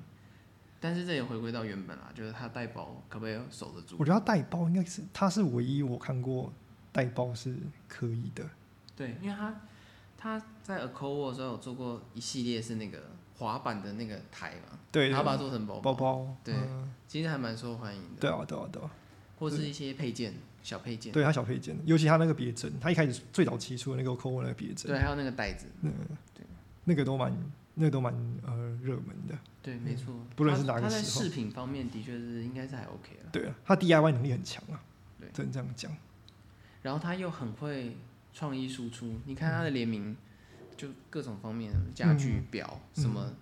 B: 但是这也回归到原本啦，就是他带包可不可以守得住
A: 我？觉得他带包应该是他是唯一我看过带包是可以的。
B: 对，因为他他在 Acovo 的时候有做过一系列是那个滑板的那个台嘛，
A: 对，
B: 他把它
A: 对
B: 做成包
A: 包，包，
B: 对
A: 嗯
B: 其实还蛮受欢迎的。
A: 对啊对啊对啊。
B: 或是一些配件、小配件，
A: 对他小配件，尤其他那个别针，他一开始最早提出的那个 c o 那个别针，
B: 对，还有那个袋子，
A: 那个都蛮那个都蛮呃热门的。
B: 对，没错。
A: 不论是哪个
B: 它它在
A: 时候
B: 饰品方面的确是应该是还 OK 了，
A: 对啊，他 DIY 能力很强啊，
B: 对
A: 只能这样讲。
B: 然后他又很会创意输出，你看
A: 嗯
B: 他的联名，就各种方面，家具、表什
A: 嗯
B: 么，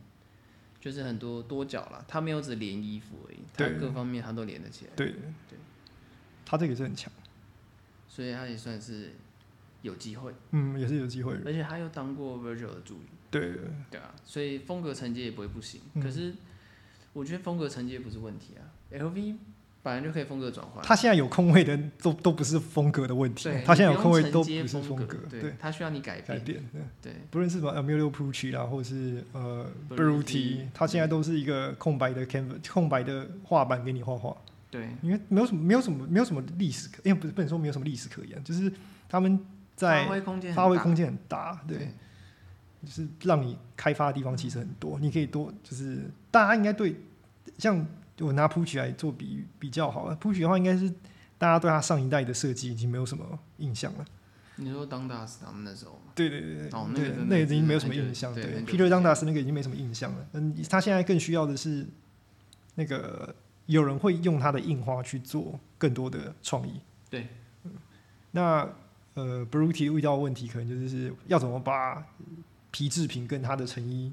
B: 就是很多多角啦。他没有只连衣服而已，他
A: 对
B: 各方面他都连得起来，
A: 对，他这个也是很强，
B: 所以他也算是有机会，
A: 嗯，也是有机会的。
B: 而且他又当过 Virgil 的助理。
A: 对，
B: 对啊，所以风格承接也不会不行。
A: 嗯
B: 可是我觉得风格承接不是问题啊，LV 本来就可以风格转换。
A: 他现在有空位的都都不是风格的问题啊
B: 对，，
A: 他现在
B: 你
A: 有
B: 不
A: 空位
B: 用
A: 都
B: 承接
A: 不是
B: 风
A: 风格，对，
B: 他需要你改
A: 改
B: 变。
A: 变。对
B: 对，
A: 不论是什么 Emilio Pucci 啦，或者是呃
B: Beruti
A: Beruti，他现在都是一个空白的 canvas，空白的画板给你画画。
B: 对，
A: 因为没有什么没有什么没有什么历史可，哎、不是不能说没有什么历史可言，就是他们在
B: 发挥空间很大，
A: 发挥空间很大，对，
B: 对
A: 就是让你开发的地方其实很多，你可以多就是大家应该对，像我拿 Push 来做比喻比较好了，Push 的话应该是大家对他上一代的设计已经没有什么印象了，
B: 你说当大师他们那时候吗？
A: 对对对对，
B: 哦那个
A: 对
B: 真的
A: 那个已经没有什么
B: 那就
A: 印象，
B: 对
A: 对
B: 那就
A: ，Peter Dundas 那个已经没什么印象了，嗯，他现在更需要的是那个有人会用他的印花去做更多的创意，嗯
B: 对，
A: 那呃 b r u t i 遇到的问题可能就是要怎么把皮制品跟它的成衣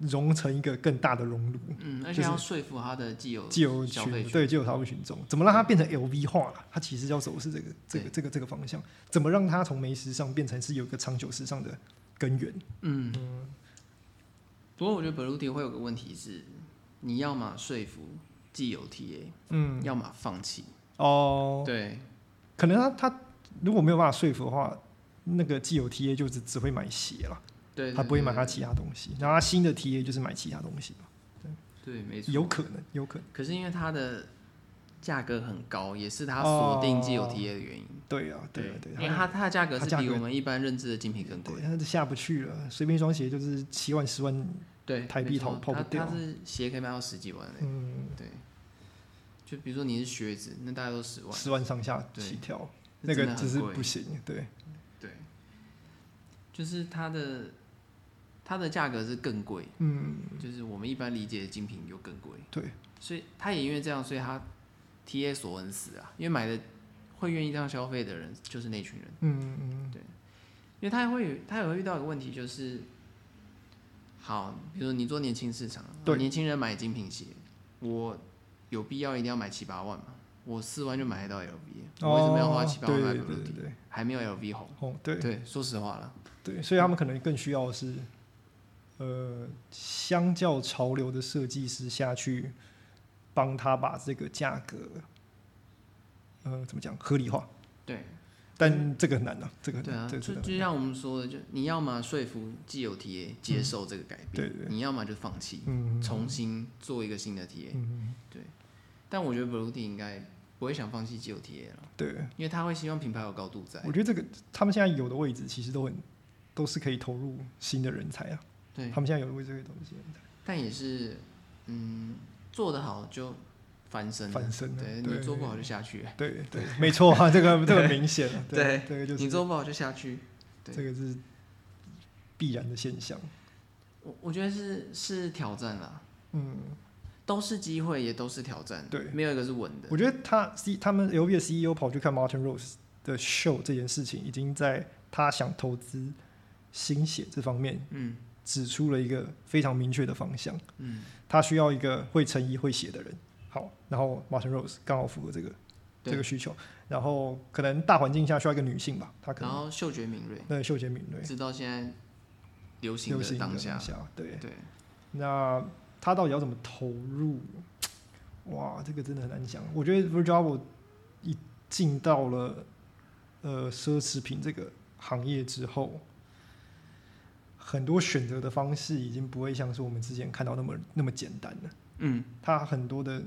A: 融成一个更大的熔炉，
B: 嗯，而
A: 就
B: 且
A: 是
B: 要说服他的既有
A: 既有
B: 消
A: 群
B: 费群，
A: 对既有消费群众，怎么让它变成 LV 化了？它其实要走的是这个这个
B: 对
A: 这个这个方向，怎么让它从没时尚变成是有一个长久时尚的根源？
B: 嗯。不过我觉得 Beluti 会有个问题是，你要么说服既有 TA，
A: 嗯，
B: 要么放弃。
A: 哦，
B: 对，
A: 可能他他如果没有办法说服的话，那个既有 TA 就只只会买鞋了，
B: 对，
A: 他不会买他
B: 他。
A: 其他东西，然后他新的 TA 就是买其他东西嘛，
B: 对，没错。
A: 有可能，有可能。
B: 可是因为它的价格很高，也是它锁定既有
A: 哦
B: TA 的原因。
A: 对啊，对啊，对，
B: 因为它它的价格
A: 它
B: 是
A: 价
B: 比
A: 格
B: 我们一般认知的精品更
A: 对，
B: 贵。
A: 他就下不去了，随便一双鞋就是七万、十万，
B: 对，
A: 台币
B: 没错
A: 跑跑不
B: 它
A: 掉
B: 它是鞋可以卖到十几万的，
A: 嗯，
B: 对。就比如说你是靴子，那大概都十万，
A: 十万上下
B: 对
A: 起跳，
B: 这
A: 那
B: 真
A: 个
B: 的很
A: 只是
B: 贵
A: 不行，对，
B: 对，就是它的它的价格是更贵，
A: 嗯，
B: 就是我们一般理解的精品又更贵，
A: 对，
B: 所以他也因为这样，所以他 T A 锁很死啊，因为买的会愿意这样消费的人就是那群人，
A: 嗯嗯
B: 因为他也会有他也会遇到一个问题，就是好，比如说你做年轻市场，哦
A: 对
B: 年轻人买精品鞋，我有必要一定要买七八万吗？我四万就买得到 L V，我为什么要花
A: 哦
B: 七八万
A: 对
B: 买
A: 对
B: b
A: 对
B: l
A: 对对，
B: 还没有 L V 红。
A: 哦，对
B: 对，说实话了，
A: 对，所以他们可能更需要的是，呃，相较潮流的设计师下去帮他把这个价格，呃，怎么讲合理化，
B: 对，
A: 但这个很难啊，这个很
B: 嗯对啊，
A: 难，这
B: 就
A: 个真的
B: 就像我们说的，就你要么说服既有 TA 接受这个改变，
A: 对嗯对
B: 你要么就放弃，
A: 嗯，
B: 重新做一个新的 TA、
A: 嗯，
B: 但我觉得 Blue D 应该不会想放弃既有 TA 了，
A: 对，
B: 因为他会希望品牌有高度在。
A: 我觉得这个他们现在有的位置其实都很都是可以投入新的人才啊。
B: 对，
A: 他们现在有的位置可以投入新的人才
B: 但也是，嗯，做得好就翻身了，
A: 翻身了
B: 对
A: 对
B: 你做不好就下去，
A: 对
B: (laughs)
A: 对，没错啊，这个这个明显啊，
B: 对
A: 这个就是
B: 你做不好就下去。对
A: 这个是必然的现象。
B: 我我觉得是是挑战啦，
A: 嗯，
B: 都是机会，也都是挑战，
A: 对
B: 没有一个是稳的。
A: 我觉得他 C 他们 LV 的 CEO 跑去看 Martin Rose 的 show 这件事情，已经在他想投资新血这方面
B: 嗯
A: 指出了一个非常明确的方向。
B: 嗯，
A: 他需要一个会成衣会写的人。好，然后 Martin Rose 刚好符合这个
B: 对
A: 这个需求，然后可能大环境下需要一个女性吧，她可
B: 然
A: 能
B: 后嗅觉敏锐。
A: 那嗅觉敏锐，
B: 直到现在流行
A: 流
B: 的
A: 行的
B: 当下，
A: 对，
B: 对，
A: 那她到底要怎么投入？哇，这个真的很难讲。我觉得 Virgil a b l o 一进到了呃奢侈品这个行业之后，很多选择的方式已经不会像是我们之前看到那么那么简单了。
B: 嗯，
A: 他很多的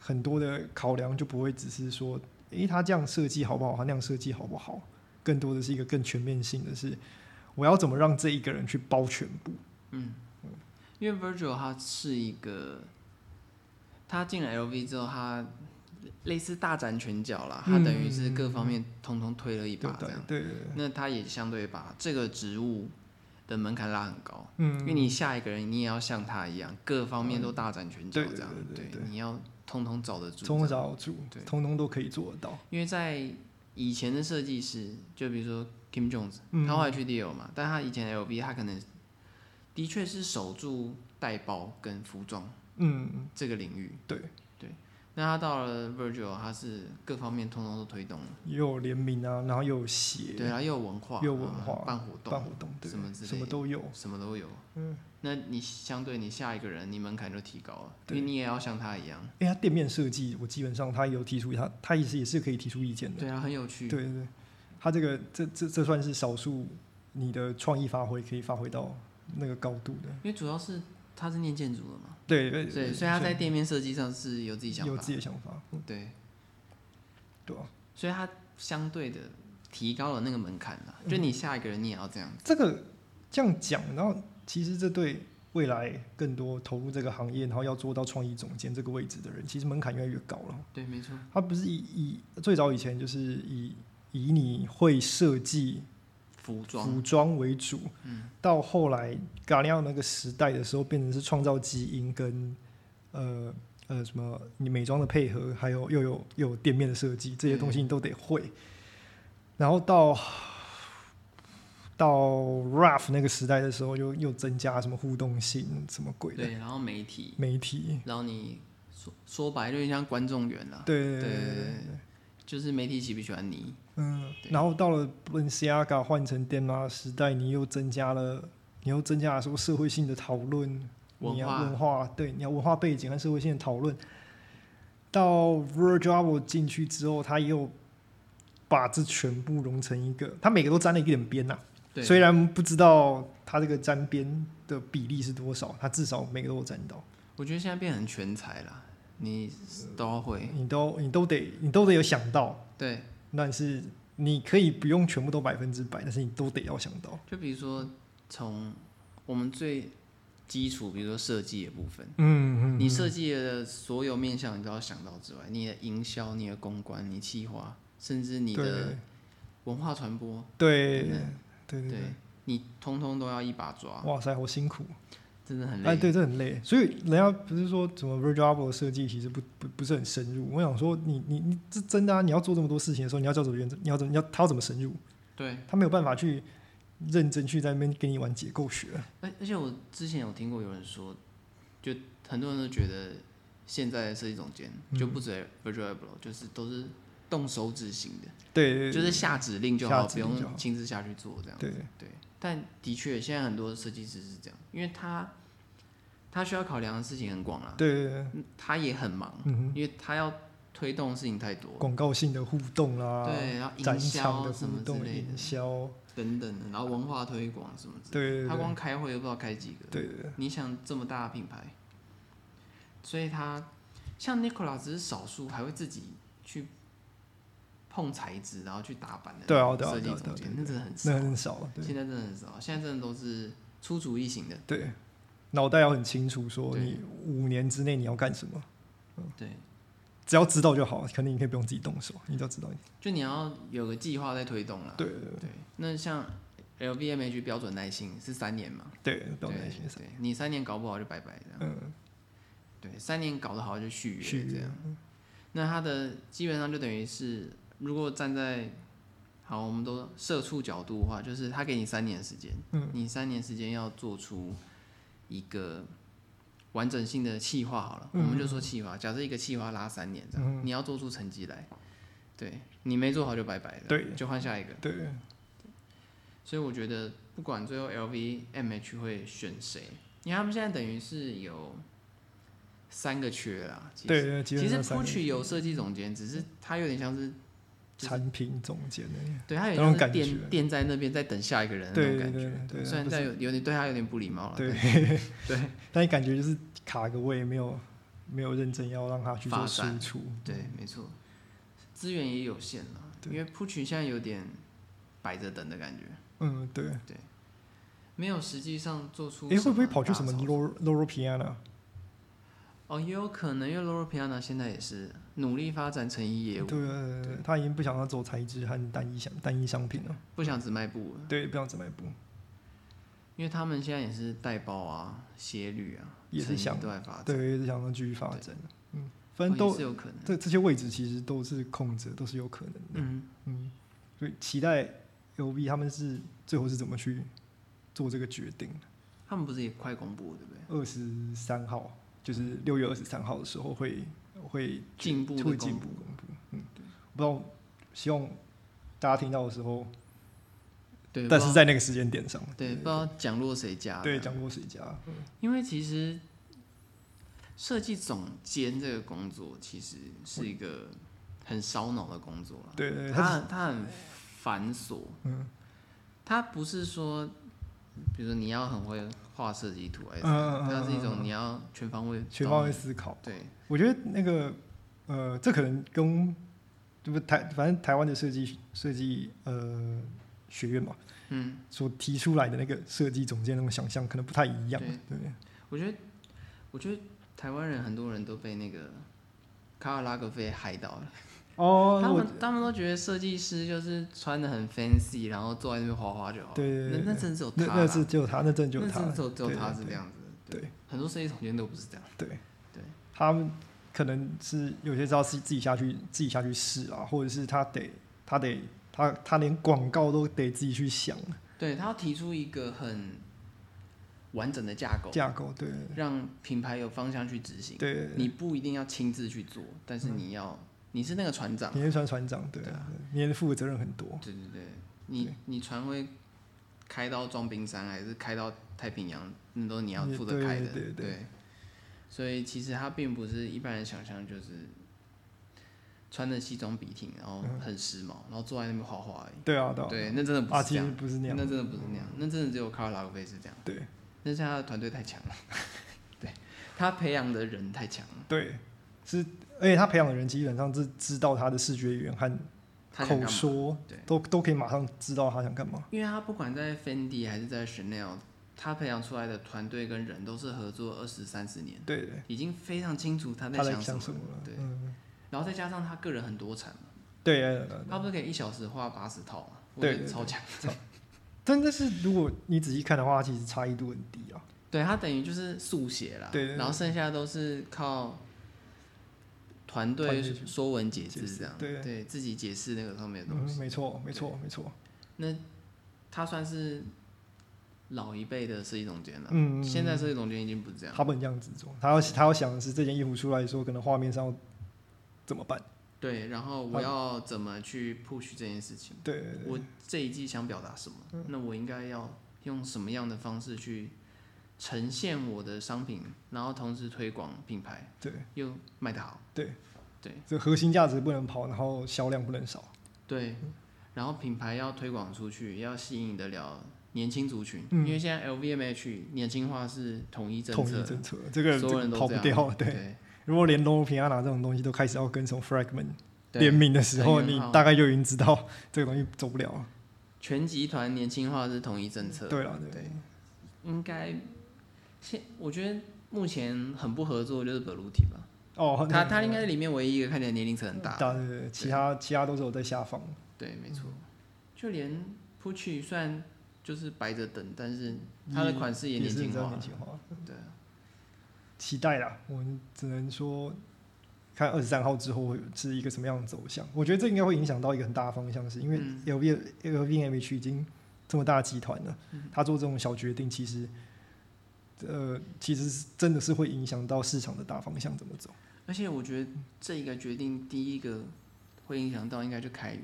A: 很多的考量就不会只是说，诶，他这样设计好不好，他那样设计好不好，更多的是一个更全面性的是，我要怎么让这一个人去包全部？
B: 因为 Virgil 他是一个，他进了 LV 之后，他类似大展拳脚啦，他
A: 嗯
B: 等于是各方面通通推了一
A: 对
B: 把
A: 不
B: 这
A: 对
B: 样，？
A: 对对对，
B: 那他也相对把这个职务的门槛拉很高，因为
A: 嗯，
B: 你下一个人你也要像他一样，各方面都大展拳脚
A: 嗯对
B: 这样，
A: 对对对对
B: 你要通通找得住，
A: 从头找到住
B: 对，
A: 通通都可以做得到。
B: 因为在以前的设计师，就比如说 Kim Jones，、
A: 嗯
B: 他后来去 Dior 嘛，但他以前 LV 他可能的确是守住带包跟服装
A: 嗯，
B: 这个领域。
A: 对
B: 对，那他到了 Virgil，他是各方面通通都推动了，
A: 又有联名啊，然后又有鞋，
B: 对，然后啊又有文化，
A: 又有文化
B: 然后办活
A: 办
B: 动，
A: 活动，对，
B: 什么之类的
A: 什么都有。
B: 什么都有。嗯，那你相对你下一个人，你门槛就提高了，因为你也要像他一样。
A: 因为他店面设计，我基本上他有提出他，他也是也是可以提出意见的。
B: 对啊，很有趣。
A: 对对对，他这个这这这算是少数你的创意发挥可以发挥到那个高度的。
B: 因为主要是他是念建筑的嘛，
A: 对
B: 对，所以他在店面设计上是有自己想
A: 有
B: 法
A: 自，己的想法，嗯
B: 对，
A: 对啊，
B: 所以他相对的提高了那个门槛啦，就你下一个人你也要这样，
A: 这个这样讲，然后其实这对未来更多投入这个行业，然后要做到创意总监这个位置的人，其实门槛越来越高了。
B: 对，没错，
A: 他不是以以最早以前就是以以你会设计
B: 服装，嗯
A: 服装为主，到后来嘎利奥那个时代的时候，变成是创造基因跟呃呃什么你美妆的配合，还有又有又有店面的设计，这些东西你都得会。然后到到 RAF 那个时代的时候，又又增加什么互动性，什么鬼的
B: 对，然后媒体，
A: 媒体，
B: 然后你说说白了就有点像观众缘啦，
A: 对对
B: 对对就是媒体喜不喜欢你，
A: 嗯，
B: 对
A: 然后到了 Balenciaga 换成 d e m a 时代，你又增加了，你又增加了说社会性的讨论，
B: 文
A: 你要
B: 化
A: 文化，对，你要文化背景和社会性的讨论。到 Virgil Abloh 进去之后，他又把这全部融成一个，他每个都沾了一点边呐、
B: 对，
A: 虽然不知道他这个沾边的比例是多少，他至少每个都有沾到。
B: 我觉得现在变得很全才啦，你都会，
A: 你都你都得你都得有想到，
B: 对，
A: 但是你可以不用全部都百分之百，但是你都得要想到。
B: 就比如说从我们最基础，比如说设计的部分，
A: 嗯嗯，
B: 你设计的所有面向你都要想到之外，你的营销、你的公关、你企划，甚至你的文化传播，
A: 对
B: 等
A: 对
B: 等
A: 对对
B: 对
A: 对，
B: 你通通都要一把抓，
A: 哇塞，好辛苦！
B: 真的很累。
A: 哎，对，这很累。所以人家不是说怎么 Virgil Abloh 的设计其实不不不是很深入。我想说你，你你这真的啊，你要做这么多事情的时候，你要叫怎么原则，你要怎你要他要怎么深入？
B: 对，
A: 他没有办法去认真去在那边给你玩解构学。
B: 而而且我之前有听过有人说，就很多人都觉得现在的设计总监
A: 嗯
B: 就不止 Virgil Abloh，就是都是动手指型的。
A: 对对
B: (laughs) 就是下指令就好，
A: 下指
B: 不
A: 令就好
B: 用亲自下去做这样。
A: 对，
B: 对，但的确现在很多设计师是这样，因为他他需要考量的事情很广啦，
A: 对对对，
B: 嗯他也很忙，
A: 嗯
B: 因为他要推动的事情太多了，
A: 广告性的互动啦，
B: 对，然后
A: 展
B: 营
A: 场的互
B: 销什么之
A: 动、
B: 类的
A: 营销，
B: 等等的，然后文化推广什么之类
A: 对对
B: 的，他
A: 对
B: 光开会都不知道开几个。
A: 对对对，
B: 你想这么大的品牌，所以他像 Nicola 只是少数还会自己去碰材质，然后去打版的
A: 对啊
B: 那种
A: 对啊
B: 设计
A: 对啊对
B: 总
A: 啊
B: 监
A: 对，啊
B: 那真的很少
A: 那。很少了。对
B: 现在真的很少，现在真的都是出主意型的。
A: 对，脑袋要很清楚，说
B: 对
A: 你五年之内你要干什么。
B: 对，
A: 只要知道就好，肯定你可以不用自己动手，你只要知道。
B: 就你要有个计划在推动了。
A: 对
B: 对，那像 LVMH 标准耐心是三年嘛？
A: 对，不要担心。
B: 对，对你三年搞不好就拜拜这样。
A: 嗯，
B: 对，三年搞得好就续约
A: 续约嗯
B: 这样。那它的基本上就等于是，如果站在好我们都社畜角度的话，就是他给你三年时间，
A: 嗯
B: 你三年时间要做出一个完整性的企划好了，
A: 嗯
B: 我们就说企划，假设一个企划拉三年这样，你要做出成绩来，对你没做好就拜拜了，
A: 对
B: 就换下一个。
A: 对，
B: 所以我觉得不管最后 LVMH 会选谁，因为他们现在等于是有三个缺啦。其实
A: 对，对，
B: 其实
A: 上三
B: Pucci 有设计总监，只是他有点像是，就是
A: 产品总监的，
B: 对他有
A: 那种
B: 点像
A: 感
B: 是
A: 觉啊
B: 垫垫在那边在等下一个人的那
A: 对
B: 种
A: 对
B: 感
A: 对
B: 觉。
A: 对，啊
B: 虽然
A: 不
B: 在
A: 是
B: 有有点对他有点不礼貌了，
A: 对，
B: 对
A: 但你感觉就是卡个位，没有没有认真要让他去做
B: 发
A: 输
B: 展
A: 出。
B: 对，没错，资源也有限了，因
A: 对
B: 为 Pucci 现在有点摆着等的感觉，
A: 嗯，对。
B: 没有实际上做出
A: 哎，
B: 什么大操作。
A: 会不会跑去什么 Loro Loro Piana？
B: 哦，也有可能，因为 Loro Piana 现在也是努力发展成衣
A: 对
B: 业务，
A: 对对，他已经不想要走材质和单一商单一商品了，
B: 不想只卖布了，
A: 对，不想只卖布，
B: 因为他们现在也是带包啊、鞋履啊，
A: 也是
B: 成衣
A: 想
B: 都在发展，
A: 对，就想要继续发展。嗯，反正
B: 哦也
A: 都
B: 是有可能。
A: 这这些位置其实都是空着，都是有可能的。
B: 嗯，
A: 嗯，所以期待 LV 他们是最后是怎么去做这个决定。
B: 他们不是也快公布了对不对？
A: 二十三号，就是六月二十三号的时候会会
B: 进步的
A: 会
B: 公
A: 进步
B: 布
A: 公布。嗯，不知道，希望大家听到的时候，
B: 对，
A: 但
B: 不
A: 是
B: 知道
A: 在那个时间点上，
B: 对不知道讲落谁家的，
A: 对，讲过谁家？嗯
B: 因为其实设计总监这个工作其实是一个很烧脑的工作了，
A: 对对，对他是
B: 它它很繁琐，
A: 嗯，
B: 它不是说，比如说你要很会画设计图还是
A: 嗯
B: 什么
A: 嗯嗯
B: 的，它是一
A: 嗯
B: 种
A: 嗯
B: 你要全方位
A: 全
B: 找
A: 方
B: 你
A: 位思考。
B: 对
A: 我觉得那个呃，这可能跟这不台，反正台湾的设计设计呃学院嘛，嗯，所提出来的那个设计总监那种想象可能不太一样，对不对？
B: 我觉得，我觉得台湾人很多人都被那个卡尔拉格菲害到了。
A: 哦，
B: 他
A: 我
B: 们他们都觉得设计师就是穿的很 fancy，然后坐在那边滑滑就好。
A: 对对对
B: 那那真的只有他
A: 那
B: 啦，
A: 那是只有他，那真的只有
B: 那
A: 他
B: 真的，只有只有
A: 对
B: 他
A: 对
B: 是这样子的。
A: 对，
B: 很多设计总监都不是这样。
A: 对
B: 对，
A: 他们可能是有些是要自自己下去自己下去试啊，或者是他得他得他他连广告都得自己去想
B: 对他要提出一个很完整的架构，
A: 架构，对
B: 让品牌有方向去执行。
A: 对，
B: 哦
A: 嗯
B: 你不一定要亲自去做，但是你要，你是那个船长。
A: 你是船船长，对
B: 对
A: 啊，你也负的责任很多，
B: 对对对，你
A: 对
B: 你船会开到装冰山，还是开到太平洋，那都是你要负责
A: 对
B: 开的。
A: 对对对
B: 所以其实它并不是一般人想象，就是穿着西装笔挺，然后很时髦，然后坐在那边画画而已。
A: 对啊，对啊。
B: 哎对，那真的不
A: 啊，
B: 是这
A: 其实
B: 样，
A: 不是那样
B: 那，真的不是那样，那真的只有卡尔拉格菲是这样。
A: 对
B: 但是他的团队太强了， (laughs) 对他培养的人太强了，
A: 对，是，而且他培养的人基本上是知道他的视觉语言和
B: 他想
A: 口
B: 干嘛？
A: 说
B: 对，
A: 都都可以马上知道他想干嘛。
B: 因为他不管在 Fendi 还是在 Chanel，他培养出来的团队跟人都是合作二十三十年，
A: 对对，
B: 已经非常清楚他在
A: 他在
B: 想什
A: 想
B: 么。
A: 什么了？
B: 对
A: 嗯，
B: 然后再加上他个人很多产嘛，
A: 对，呃呃
B: 他不是可以一小时画八十套嘛，我
A: 对
B: 觉得
A: 对
B: 超强。
A: 真的是，如果你仔细看的话，其实差异度很低啊。
B: 对他等于就是速写啦，
A: 对对对
B: 然后剩下都是靠团
A: 团队
B: 队
A: 去
B: 说文解
A: 解
B: 字
A: 释
B: 这样，
A: 对
B: 自己解释那个上面的东
A: 嗯，
B: 西。
A: 没错，没错，没错。
B: 那他算是老一辈的设计总监了，
A: 嗯，
B: 现在
A: 嗯
B: 设计总监已经不是这样了。
A: 他不能这样子做，他要他要想的是这件衣服出来的时候，可能画面上要怎么办？
B: 对，然后
A: 他
B: 我要怎么去 push 这件事情？
A: 对，对对嗯
B: 我这一季想表达什么？那我应该要用什么样的方式去呈现我的商品，然后同时推广品牌，
A: 对，
B: 又卖得好。
A: 对，
B: 对，
A: 这核心价值不能跑，然后销量不能少。
B: 对，
A: 嗯
B: 然后品牌要推广出去，要吸引得了年轻族群，
A: 嗯
B: 因为现在 LVMH 年轻化是统一政
A: 统
B: 策
A: 一
B: 的，
A: 政策，这个
B: 所有人
A: 这
B: 都
A: 个跑
B: 这
A: 不
B: 样
A: 掉。对，
B: 对
A: 如果连 l o r p i a n a 这种东西都开始要跟从 Fragment 联
B: 对，
A: 名的时候，
B: 很
A: 你
B: 好
A: 大概就已经知道这个东西走不了了。
B: 全集团年轻化是统一政策，
A: 对了，
B: 对
A: 对，
B: 应该现我觉得目前很不合作就是 Beluti 吧。
A: 哦，
B: 他他应该是里面唯一一个看起来年龄层很大的。
A: 大，对对对，其他其他都是有在下方。
B: 对，没错。就连 Pucci 虽然就是白着等，但是它的款式也
A: 也
B: 年
A: 是
B: 轻
A: 真的
B: 化
A: 年
B: 了。
A: 轻化，
B: 对啊，
A: 期待啦。我们只能说，看二十三号之后会是一个什么样的走向。我觉得这应该会影响到一个很大的方向，是因为
B: 嗯
A: LV LVMH 已经这么大的集团了，
B: 嗯
A: 他做这种小决定，其实，呃，其实是真的是会影响到市场的大方向怎么走。
B: 而且我觉得这一个决定，第一个会影响到应该就开云，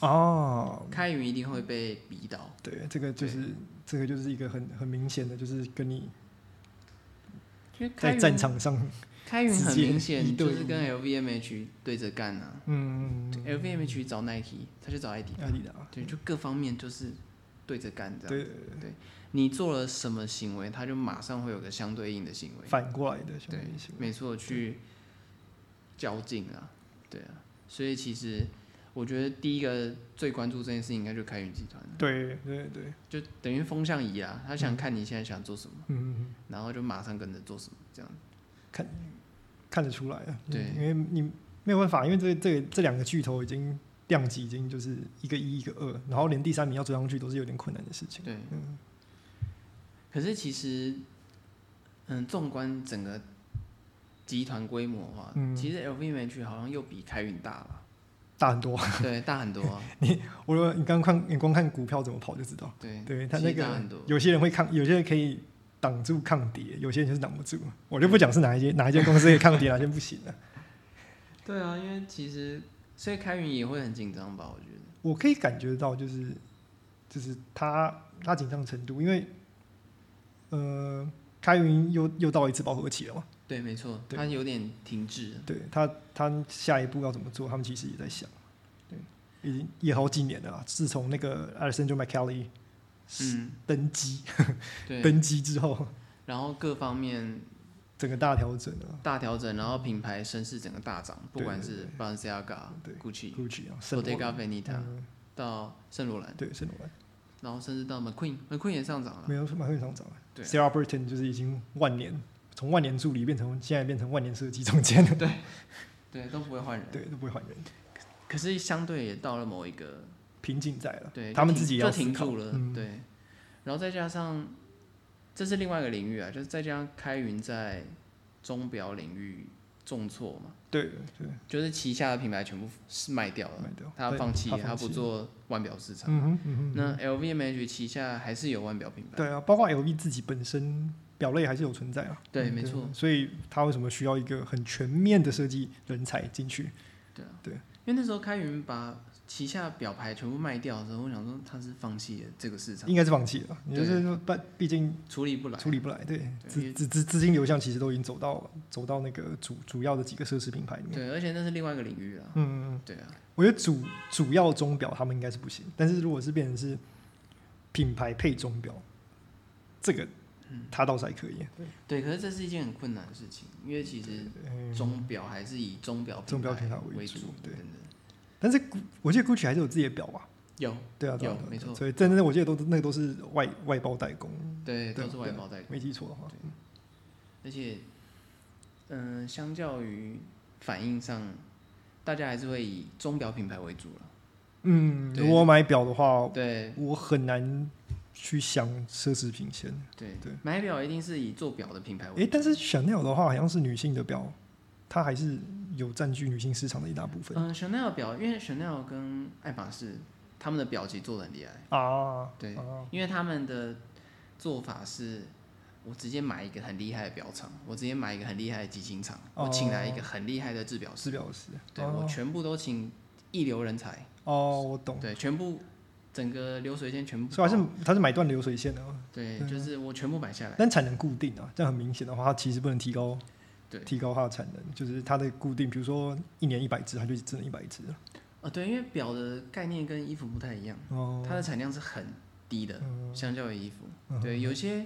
A: 哦，
B: 开云一定会被逼到。
A: 对，这个就是这个就是一个很很明显的，就是跟你
B: 因为开
A: 在战
B: 云
A: 场上，
B: 开云
A: 直
B: 很
A: 接
B: 明
A: 一
B: 显
A: 对
B: 就
A: 一
B: 是跟 LVMH 对着干啊。
A: 嗯，
B: LVMH 找 Nike，他就找 ID，
A: 阿迪达，
B: 对，就各方面就是对着干这样。
A: 对，
B: 你做了什么行为，他就马上会有个相对应的行为。
A: 反过来的兄
B: 对
A: 弟行，为，
B: 没错，去较劲啊，对啊，所以其实我觉得第一个最关注这件事情应该就是开云集团了，啊
A: 对对对，
B: 就等于风向仪啊，他想看你现在想做什么，
A: 嗯。
B: 然后就马上跟着做什么，这样
A: 看得出来啊。
B: 对
A: 因为你没有办法，因为这这这两个巨头已经量级已经就是一个一一个二，然后连第三名要追上去都是有点困难的事情。
B: 对。可是其实，嗯，纵观整个集团规模的话，
A: 嗯
B: 其实 LVMH 好像又比开云大了，
A: 大很多， (laughs)
B: 对，大很多啊，
A: 我说你刚看，你光看股票怎么跑就知道。
B: 对，
A: (laughs) 对他
B: 其实
A: 那个
B: 大很多，
A: 有些人会抗，有些人可以挡住抗跌，有些人就是挡不住。我就不讲是哪一间哪一间公司可以抗
B: (laughs)
A: 跌，哪一间不行啊了、
B: 对啊，因为其实所以开云也会很紧张吧，我觉得。
A: 我可以感觉到，就是就是他他紧张程度，因为呃，开云又又到一次饱和期了嘛。
B: 对，没错，
A: 对
B: 它有点停滞了。
A: 对他，他下一步要怎么做，他们其实也在想。对，已经也好几年了啦，自从那个 Alessandro m c c a l l y
B: 嗯，
A: 登机，
B: 对，
A: 登机之后
B: 然后各方面
A: 整个大调整啊
B: 大调整，然后品牌声势整个大涨，不管是 Balenciaga、
A: 对
B: Gucci、
A: ，Gucci 啊，圣罗兰
B: Bottega Veneta
A: 嗯
B: 到圣罗兰，
A: 对圣罗兰
B: 然后甚至到 McQueen，McQueen 也上涨了。
A: 没有马上上涨了。
B: 对啊
A: Sarah Burton 就是已经万年从万年助理变成现在变成万年设计总监了，
B: 对，都不会换人。
A: 对，都不会换人，
B: 可是相对也到了某一个
A: 瓶颈在了，
B: 对，
A: 他们
B: 就
A: 自己
B: 停
A: 也要
B: 就停
A: 思考
B: 住了，
A: 嗯
B: 对。然后再加上，这是另外一个领域啊，就是再加上开云在钟表领域重挫嘛，
A: 对对，
B: 就是旗下的品牌全部是卖掉了
A: 卖，掉，
B: 他
A: 对
B: 放弃，
A: 他
B: 他不
A: 弃，
B: 做腕表市场。
A: 嗯哼嗯哼，
B: 那 LVMH 旗下还是有腕表品牌，
A: 对啊，包括 LV 自己本身表类还是有存在啊，
B: 对
A: 嗯
B: 没错
A: 所以他为什么需要一个很全面的设计人才进去？
B: 对啊，
A: 对。
B: 因为那时候开云把旗下表牌全部卖掉的时候，我想说他是放弃了这个市场，
A: 应该是放弃了，也就是说，毕毕竟
B: 处理不来。
A: 处理不来，对，
B: 因
A: 资
B: 为
A: 资资资金流向其实都已经走到走到那个主主要的几个奢侈品牌里面。
B: 对，而且那是另外一个领域啊。
A: 嗯，
B: 对啊，
A: 我觉得主主要钟表他们应该是不行，但是如果是变成是品牌配钟表，这个
B: 嗯
A: 他倒是还可以。
B: 对，可是这是一件很困难的事情，因为其实
A: 嗯，
B: 钟表还是以钟表
A: 钟表品
B: 品
A: 牌
B: 为
A: 为主对
B: 等等
A: 但是 Gu- 我记得 Gucci 还是有自己的表吧？
B: 有
A: 对啊，对啊
B: 有
A: 对啊
B: 没错
A: 所以真正我记得都那个都是外外包代工，
B: 对
A: 对
B: 都是外
A: 对
B: 包代工，
A: 没记错的话，
B: 而且嗯、相较于反应上，大家还是会以钟表品牌为主了。
A: 嗯，
B: 对
A: 如果买表的话，
B: 对
A: 我很难去想奢侈品先。
B: 对
A: 对，
B: 买表一定是以做表的品牌为
A: 诶，
B: 主。
A: 但是 Chanel 的话，好像是女性的表，它还是有占据女性市场的一大部分
B: 嗯、c h a n e l 表，因为 Chanel 跟爱马仕他们的表其实做的很厉害，
A: 啊。
B: 对
A: 啊，
B: 因为他们的做法是，我直接买一个很厉害的表厂，我直接买一个很厉害的机芯厂，我请来一个很厉害的制表师，
A: 是表示
B: 对
A: 哦
B: 我全部都请一流人才，
A: 哦，我懂。
B: 对，全部整个流水线全部
A: 所以还
B: 包，
A: 是它是买断流水线的嘛，
B: 对，
A: 对啊
B: 就是我全部买下来，
A: 但产能固定啊，这样很明显的话，它其实不能提高，
B: 对
A: 提高它的产能，就是它的固定，比如说一年一百只，它就只能一百只了。
B: 呃，对，因为表的概念跟衣服不太一样，
A: 哦，嗯
B: 它的产量是很低的，相较于衣服，对，有些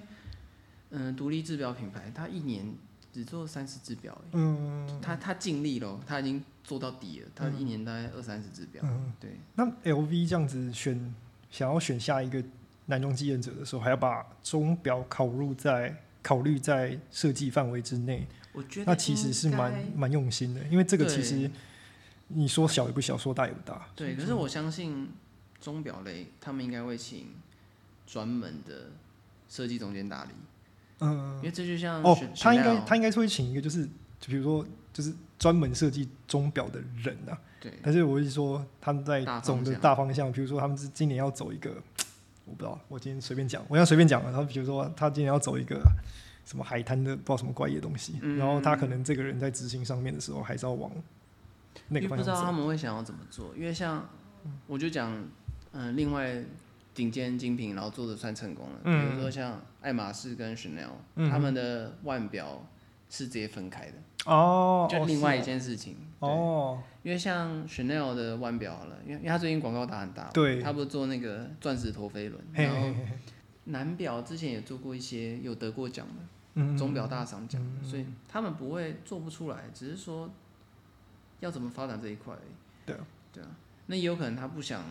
B: 嗯、独立制表品牌，它一年只做三十只表而已。
A: 嗯，
B: 他他尽力了，他已经做到底了，他一年大概二三十只表，
A: 嗯
B: 对，
A: 那 LV 这样子选，想要选下一个男装继任者的时候，还要把钟表考入在考虑在设计范围之内，
B: 我觉得
A: 那其实是蛮
B: 应
A: 蛮用心的，因为这个
B: 对
A: 其实你说小也不小，说大也不大
B: 该。对，可是我相信钟表类他们应该会请专门的设计总监打理，
A: 嗯
B: 因，为这就像
A: 哦
B: Chanel，
A: 他应该他应该是会请一个就是就比如说就是专门设计钟表的人啊。
B: 对
A: 但是我是说他们在
B: 大方
A: 总的
B: 向
A: 大方向，比如说他们是今年要走一个，我不知道，我今天随便讲，我想随便讲啊。然后比如说他今年要走一个什么海滩的，不知道什么怪异的东西，
B: 嗯
A: 然后他可能这个人在执行上面的时候，还是要往那个
B: 因为
A: 方
B: 不知
A: 向
B: 道他
A: 走。
B: 们会想要怎么做，因为像我就讲，嗯、另外顶尖精品，然后做的算成功了，
A: 嗯
B: 比如说像爱马仕跟 Chanel，、
A: 嗯
B: 他们的腕表是直接分开的，
A: 哦，
B: 就
A: 哦
B: 另外一
A: 是
B: 件事情，对。
A: 哦，
B: 因为像 Chanel 的腕表好了，因为因为它最近广告打很大嘛，
A: 对
B: 它不是做那个钻石陀飞轮，
A: 嘿
B: 然
A: 嘿嗯
B: 后
A: 嘿嘿，
B: 男表之前也做过一些有得过奖的
A: 嗯，
B: 钟表大赏奖，所以他们不会做不出来，只是说要怎么发展这一块而已。
A: 对啊
B: 对啊，那也有可能他不想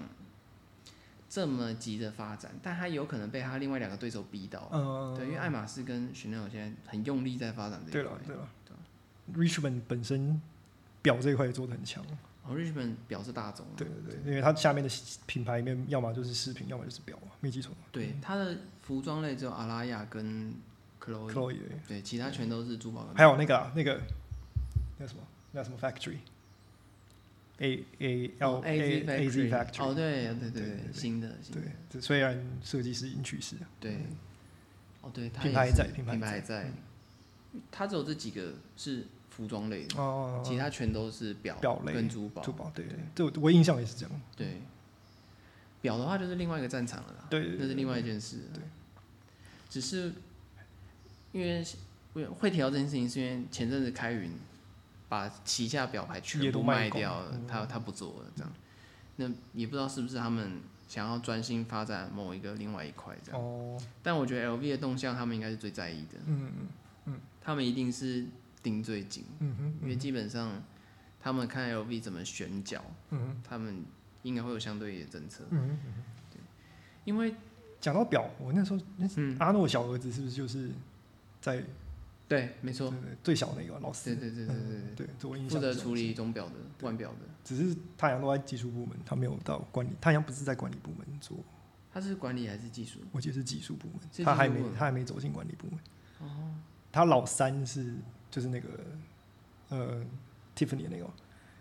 B: 这么急着发展，但他有可能被他另外两个对手逼到。
A: 嗯，
B: 对，因为爱马仕跟 Chanel 现在很用力在发展这
A: 对
B: 一
A: 了
B: 块。
A: 对了，Richmond 本身表这一块也做的很强，
B: 哦，Richmond 表是大众啊，
A: 对对对，因为它下面的品牌里面，要么就是饰品，要么就是表嘛，没记错的话。
B: 对，它的服装类只有阿拉雅跟 Chloe，
A: Chloe 而已
B: 对，其他全都是珠宝跟。
A: 还有那个啊那个那什么那什么 factory。A A L
B: 哦 AZ
A: A Z Factory，
B: 哦，对对对
A: 对对
B: 对
A: 对
B: 新的新的
A: 对，这虽然设计师已经去世了，
B: 对，哦对，它
A: 嗯品
B: 也
A: 牌
B: 是
A: 在
B: 品
A: 品牌
B: 还在，它只有这几个是服装类的，
A: 哦，
B: 其他全都是表
A: 表类
B: 跟珠宝
A: 珠。宝对
B: 对，
A: 这我我印象也是这样，
B: 对，表的话就是另外一个战场了啦，
A: 对对对
B: 那是另外一件事。
A: 对，
B: 只是因为会会提到这件事情，是因为前阵子开云把旗下表牌全
A: 也
B: 部
A: 都卖
B: 卖
A: 光
B: 掉了，
A: 嗯
B: 他他不做了，这样，那也不知道是不是他们想要专心发展某一个另外一块这样。
A: 哦，
B: 但我觉得 LV 的动向，他们应该是最在意的，
A: 嗯
B: 他们一定是盯最紧，
A: 嗯哼，
B: 因为基本上他们看 LV 怎么选角，
A: 嗯哼，
B: 他们应该会有相对应的政策。
A: 嗯哼。
B: 因为
A: 讲到表，我那时候那
B: 嗯，
A: 阿诺小儿子是不是就是在
B: 对，没错
A: 对，对最小那个老
B: 对
A: 师？
B: 对对对对
A: 对，这我印
B: 对，
A: 象
B: 负责
A: 中
B: 处理钟表的、腕表的，
A: 只是太阳都在技术部门，他没有到管理。太阳不是在管理部门做，
B: 他是管理还是技术？
A: 我记得是技术部
B: 是技
A: 门，
B: 术
A: 他还
B: 部
A: 没
B: 门
A: 他还没走进管理部门。
B: 哦，
A: 他老三是就是那个呃 Tiffany 的那个嘛，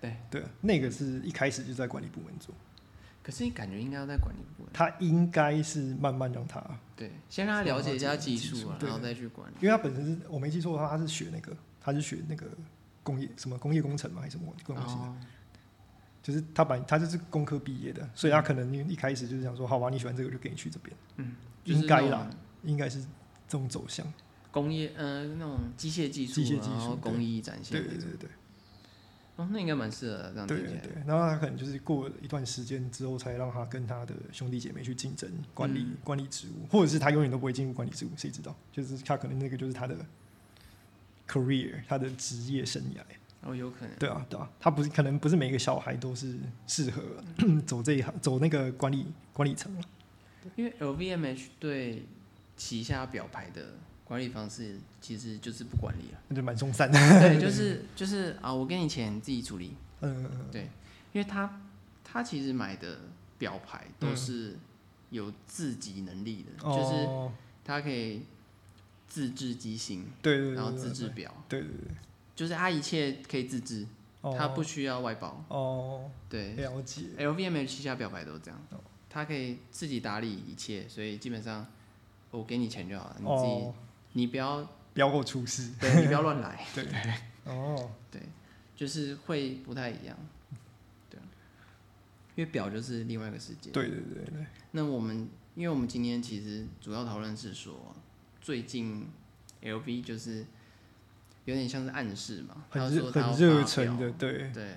B: 对，
A: 对，那个是一开始就在管理部门做，
B: 可是你感觉应该要在管理部门，
A: 他应该是慢慢让他，
B: 对，先让他了解一下技术啊，
A: 对对对
B: 然后再去管理。
A: 因为他本身是我没记错的话，他是学那个他是学那个工业什么工业工程嘛，还是什么东西的。
B: 哦，
A: 就是他本他就是工科毕业的，所以他可能一开始就是想说，好吧，你喜欢这个就给你去这边，
B: 嗯，就是
A: 应该
B: 那种
A: 啦应该是这种走向。
B: 工业，呃，那种机械技术，啊
A: 机械技术
B: 然后工艺展
A: 对
B: 现
A: 对
B: 那种。
A: 对对
B: 哦，那应该蛮适合让
A: 对
B: 听起
A: 对
B: 来。
A: 对。然后他可能就是过了一段时间之后，才让他跟他的兄弟姐妹去竞争管理、
B: 嗯
A: 管理职务，或者是他永远都不会进入管理职务，谁知道？就是他可能那个就是他的 career，他的职业生涯。
B: 哦，有可能。
A: 对啊，对啊，他不是可能不是每个小孩都是适合
B: 嗯
A: 走这一行，走那个管理管理层了。
B: 因为 LVMH 对旗下表牌的管理方式其实就是不管理
A: (laughs)
B: 了，
A: 那就蛮松散的。
B: 对，就是就是啊，我给你钱你自己处理，
A: 嗯，
B: 因为他他其实买的表牌都是有自己能力的，就是
A: 嗯哦
B: 他可以自制机型，
A: 对对对，
B: 然后
A: 对
B: 自
A: 对
B: 制表，
A: 对对对，
B: 就是他一切可以自制，
A: 哦
B: 他不需要外包，
A: 哦，
B: 对，
A: 了解，
B: LVMH 旗下表白都这样
A: 哦，
B: 他可以自己打理一切，所以基本上我给你钱就好了，你自己、
A: 哦，
B: 你
A: (laughs)
B: 不要
A: 不要给我出事，
B: 对你不要乱来，
A: 对哦，
B: 对，就是会不太一样，对啊，因为表就是另外一个世界。
A: 对对对对，
B: 那我们因为我们今天其实主要讨论是说，最近 LV 就是有点像是暗示嘛，他
A: 很
B: 说
A: 热
B: 他要
A: 很热
B: 发
A: 忱
B: 表
A: 的，，对，
B: 对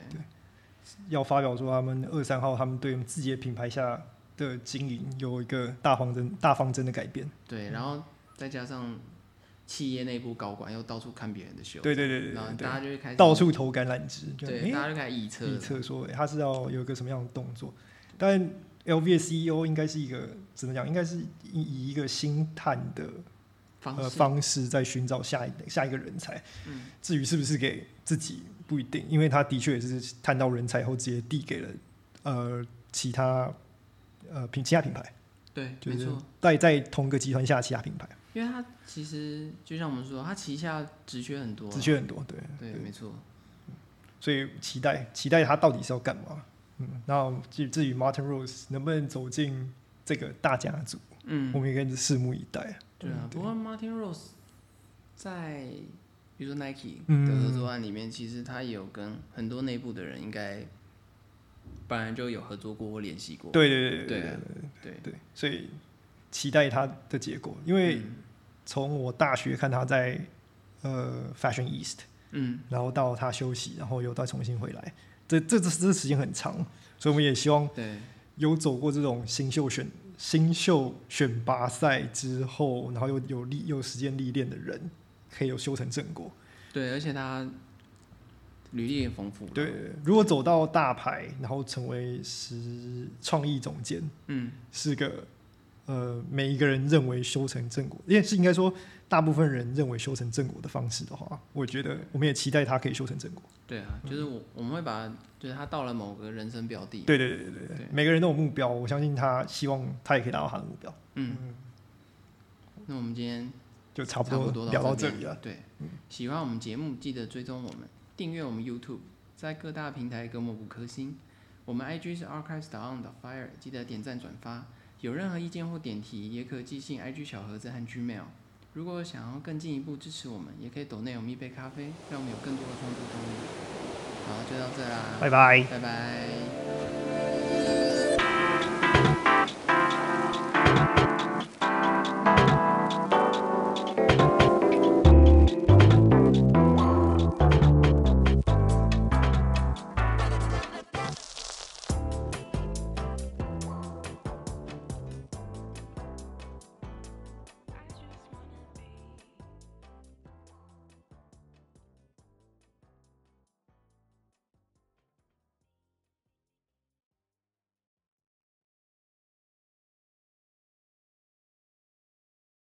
A: 要发表说他们二三号他们对自己的品牌下的经营有一个大方针大方针的改变，
B: 对，然后再加上企业内部高管又到处看别人的秀，
A: 对对对对
B: 然后
A: 对对，
B: 大家就会开始
A: 到处投橄榄枝，就
B: 对，大
A: 哎，
B: 家就开始臆测
A: 预
B: 了，
A: 测说诶他是要有一个什么样的动作，但 LV 的 CEO 应该是一个怎么讲？应该是以以一个星探的
B: 方
A: 呃
B: 式
A: 方式在寻找下一下一个人才。
B: 嗯
A: 至于是不是给自己不一定，因为他的确也是探到人才后直接递给了呃其他呃品其他品牌，
B: 对，
A: 就
B: 没
A: 是
B: 错，
A: 在在同个集团下的其他品牌，
B: 因为他其实就像我们说，他旗下职缺很多啊，
A: 职缺很多，对，
B: 对，没错，
A: 所以期待期待他到底是要干嘛。嗯，那至至于 Martin Rose 能不能走进这个大家族，
B: 嗯
A: 我，们也可以拭目以待。
B: 对啊
A: 嗯。
B: 不过 Martin Rose 在比如说 Nike
A: 嗯
B: 的合作案里面，其实他也有跟很多内部的人应该本来就有合作过或联系过，
A: 对对对对
B: 对
A: 对
B: 啊对，
A: 对，所以期待他的结果，因为
B: 嗯
A: 从我大学看他在呃 Fashion East，
B: 嗯，
A: 然后到他休息，然后又再重新回来，这这这这时间很长，所以我们也希望
B: 对，
A: 有走过这种新秀选新秀选拔赛之后，然后又有历又有时间历练的人，可以有修成正果。
B: 对，而且他履历也丰富，，
A: 对，如果走到大牌，然后成为时创意总监，
B: 嗯，
A: 是个呃每一个人认为修成正果，也是应该说大部分人认为修成正果的方式的话，我觉得我们也期待他可以修成正果。
B: 对啊，就是我我们会把，就是他到了某个人生标的，
A: 嗯对对对对对，
B: 对
A: 每个人都有目标，我相信他希望他也可以达到他的目标，
B: 嗯，那我们今天
A: 就差不
B: 差不
A: 多
B: 多
A: 聊到这
B: 这边
A: 里了。。
B: 对，喜欢我们节目，记得追踪我们，订阅我们 YouTube，在各大平台给我们五颗星。我们 IG 是 archives on the fire，记得点赞转发。有任何意见或点题，也可寄信 IG 小盒子和 Gmail。如果想要更进一步支持我们，也可以抖内我们一杯咖啡，让我们有更多的创作动力。好，就到这啦，
A: 拜拜。
B: 拜拜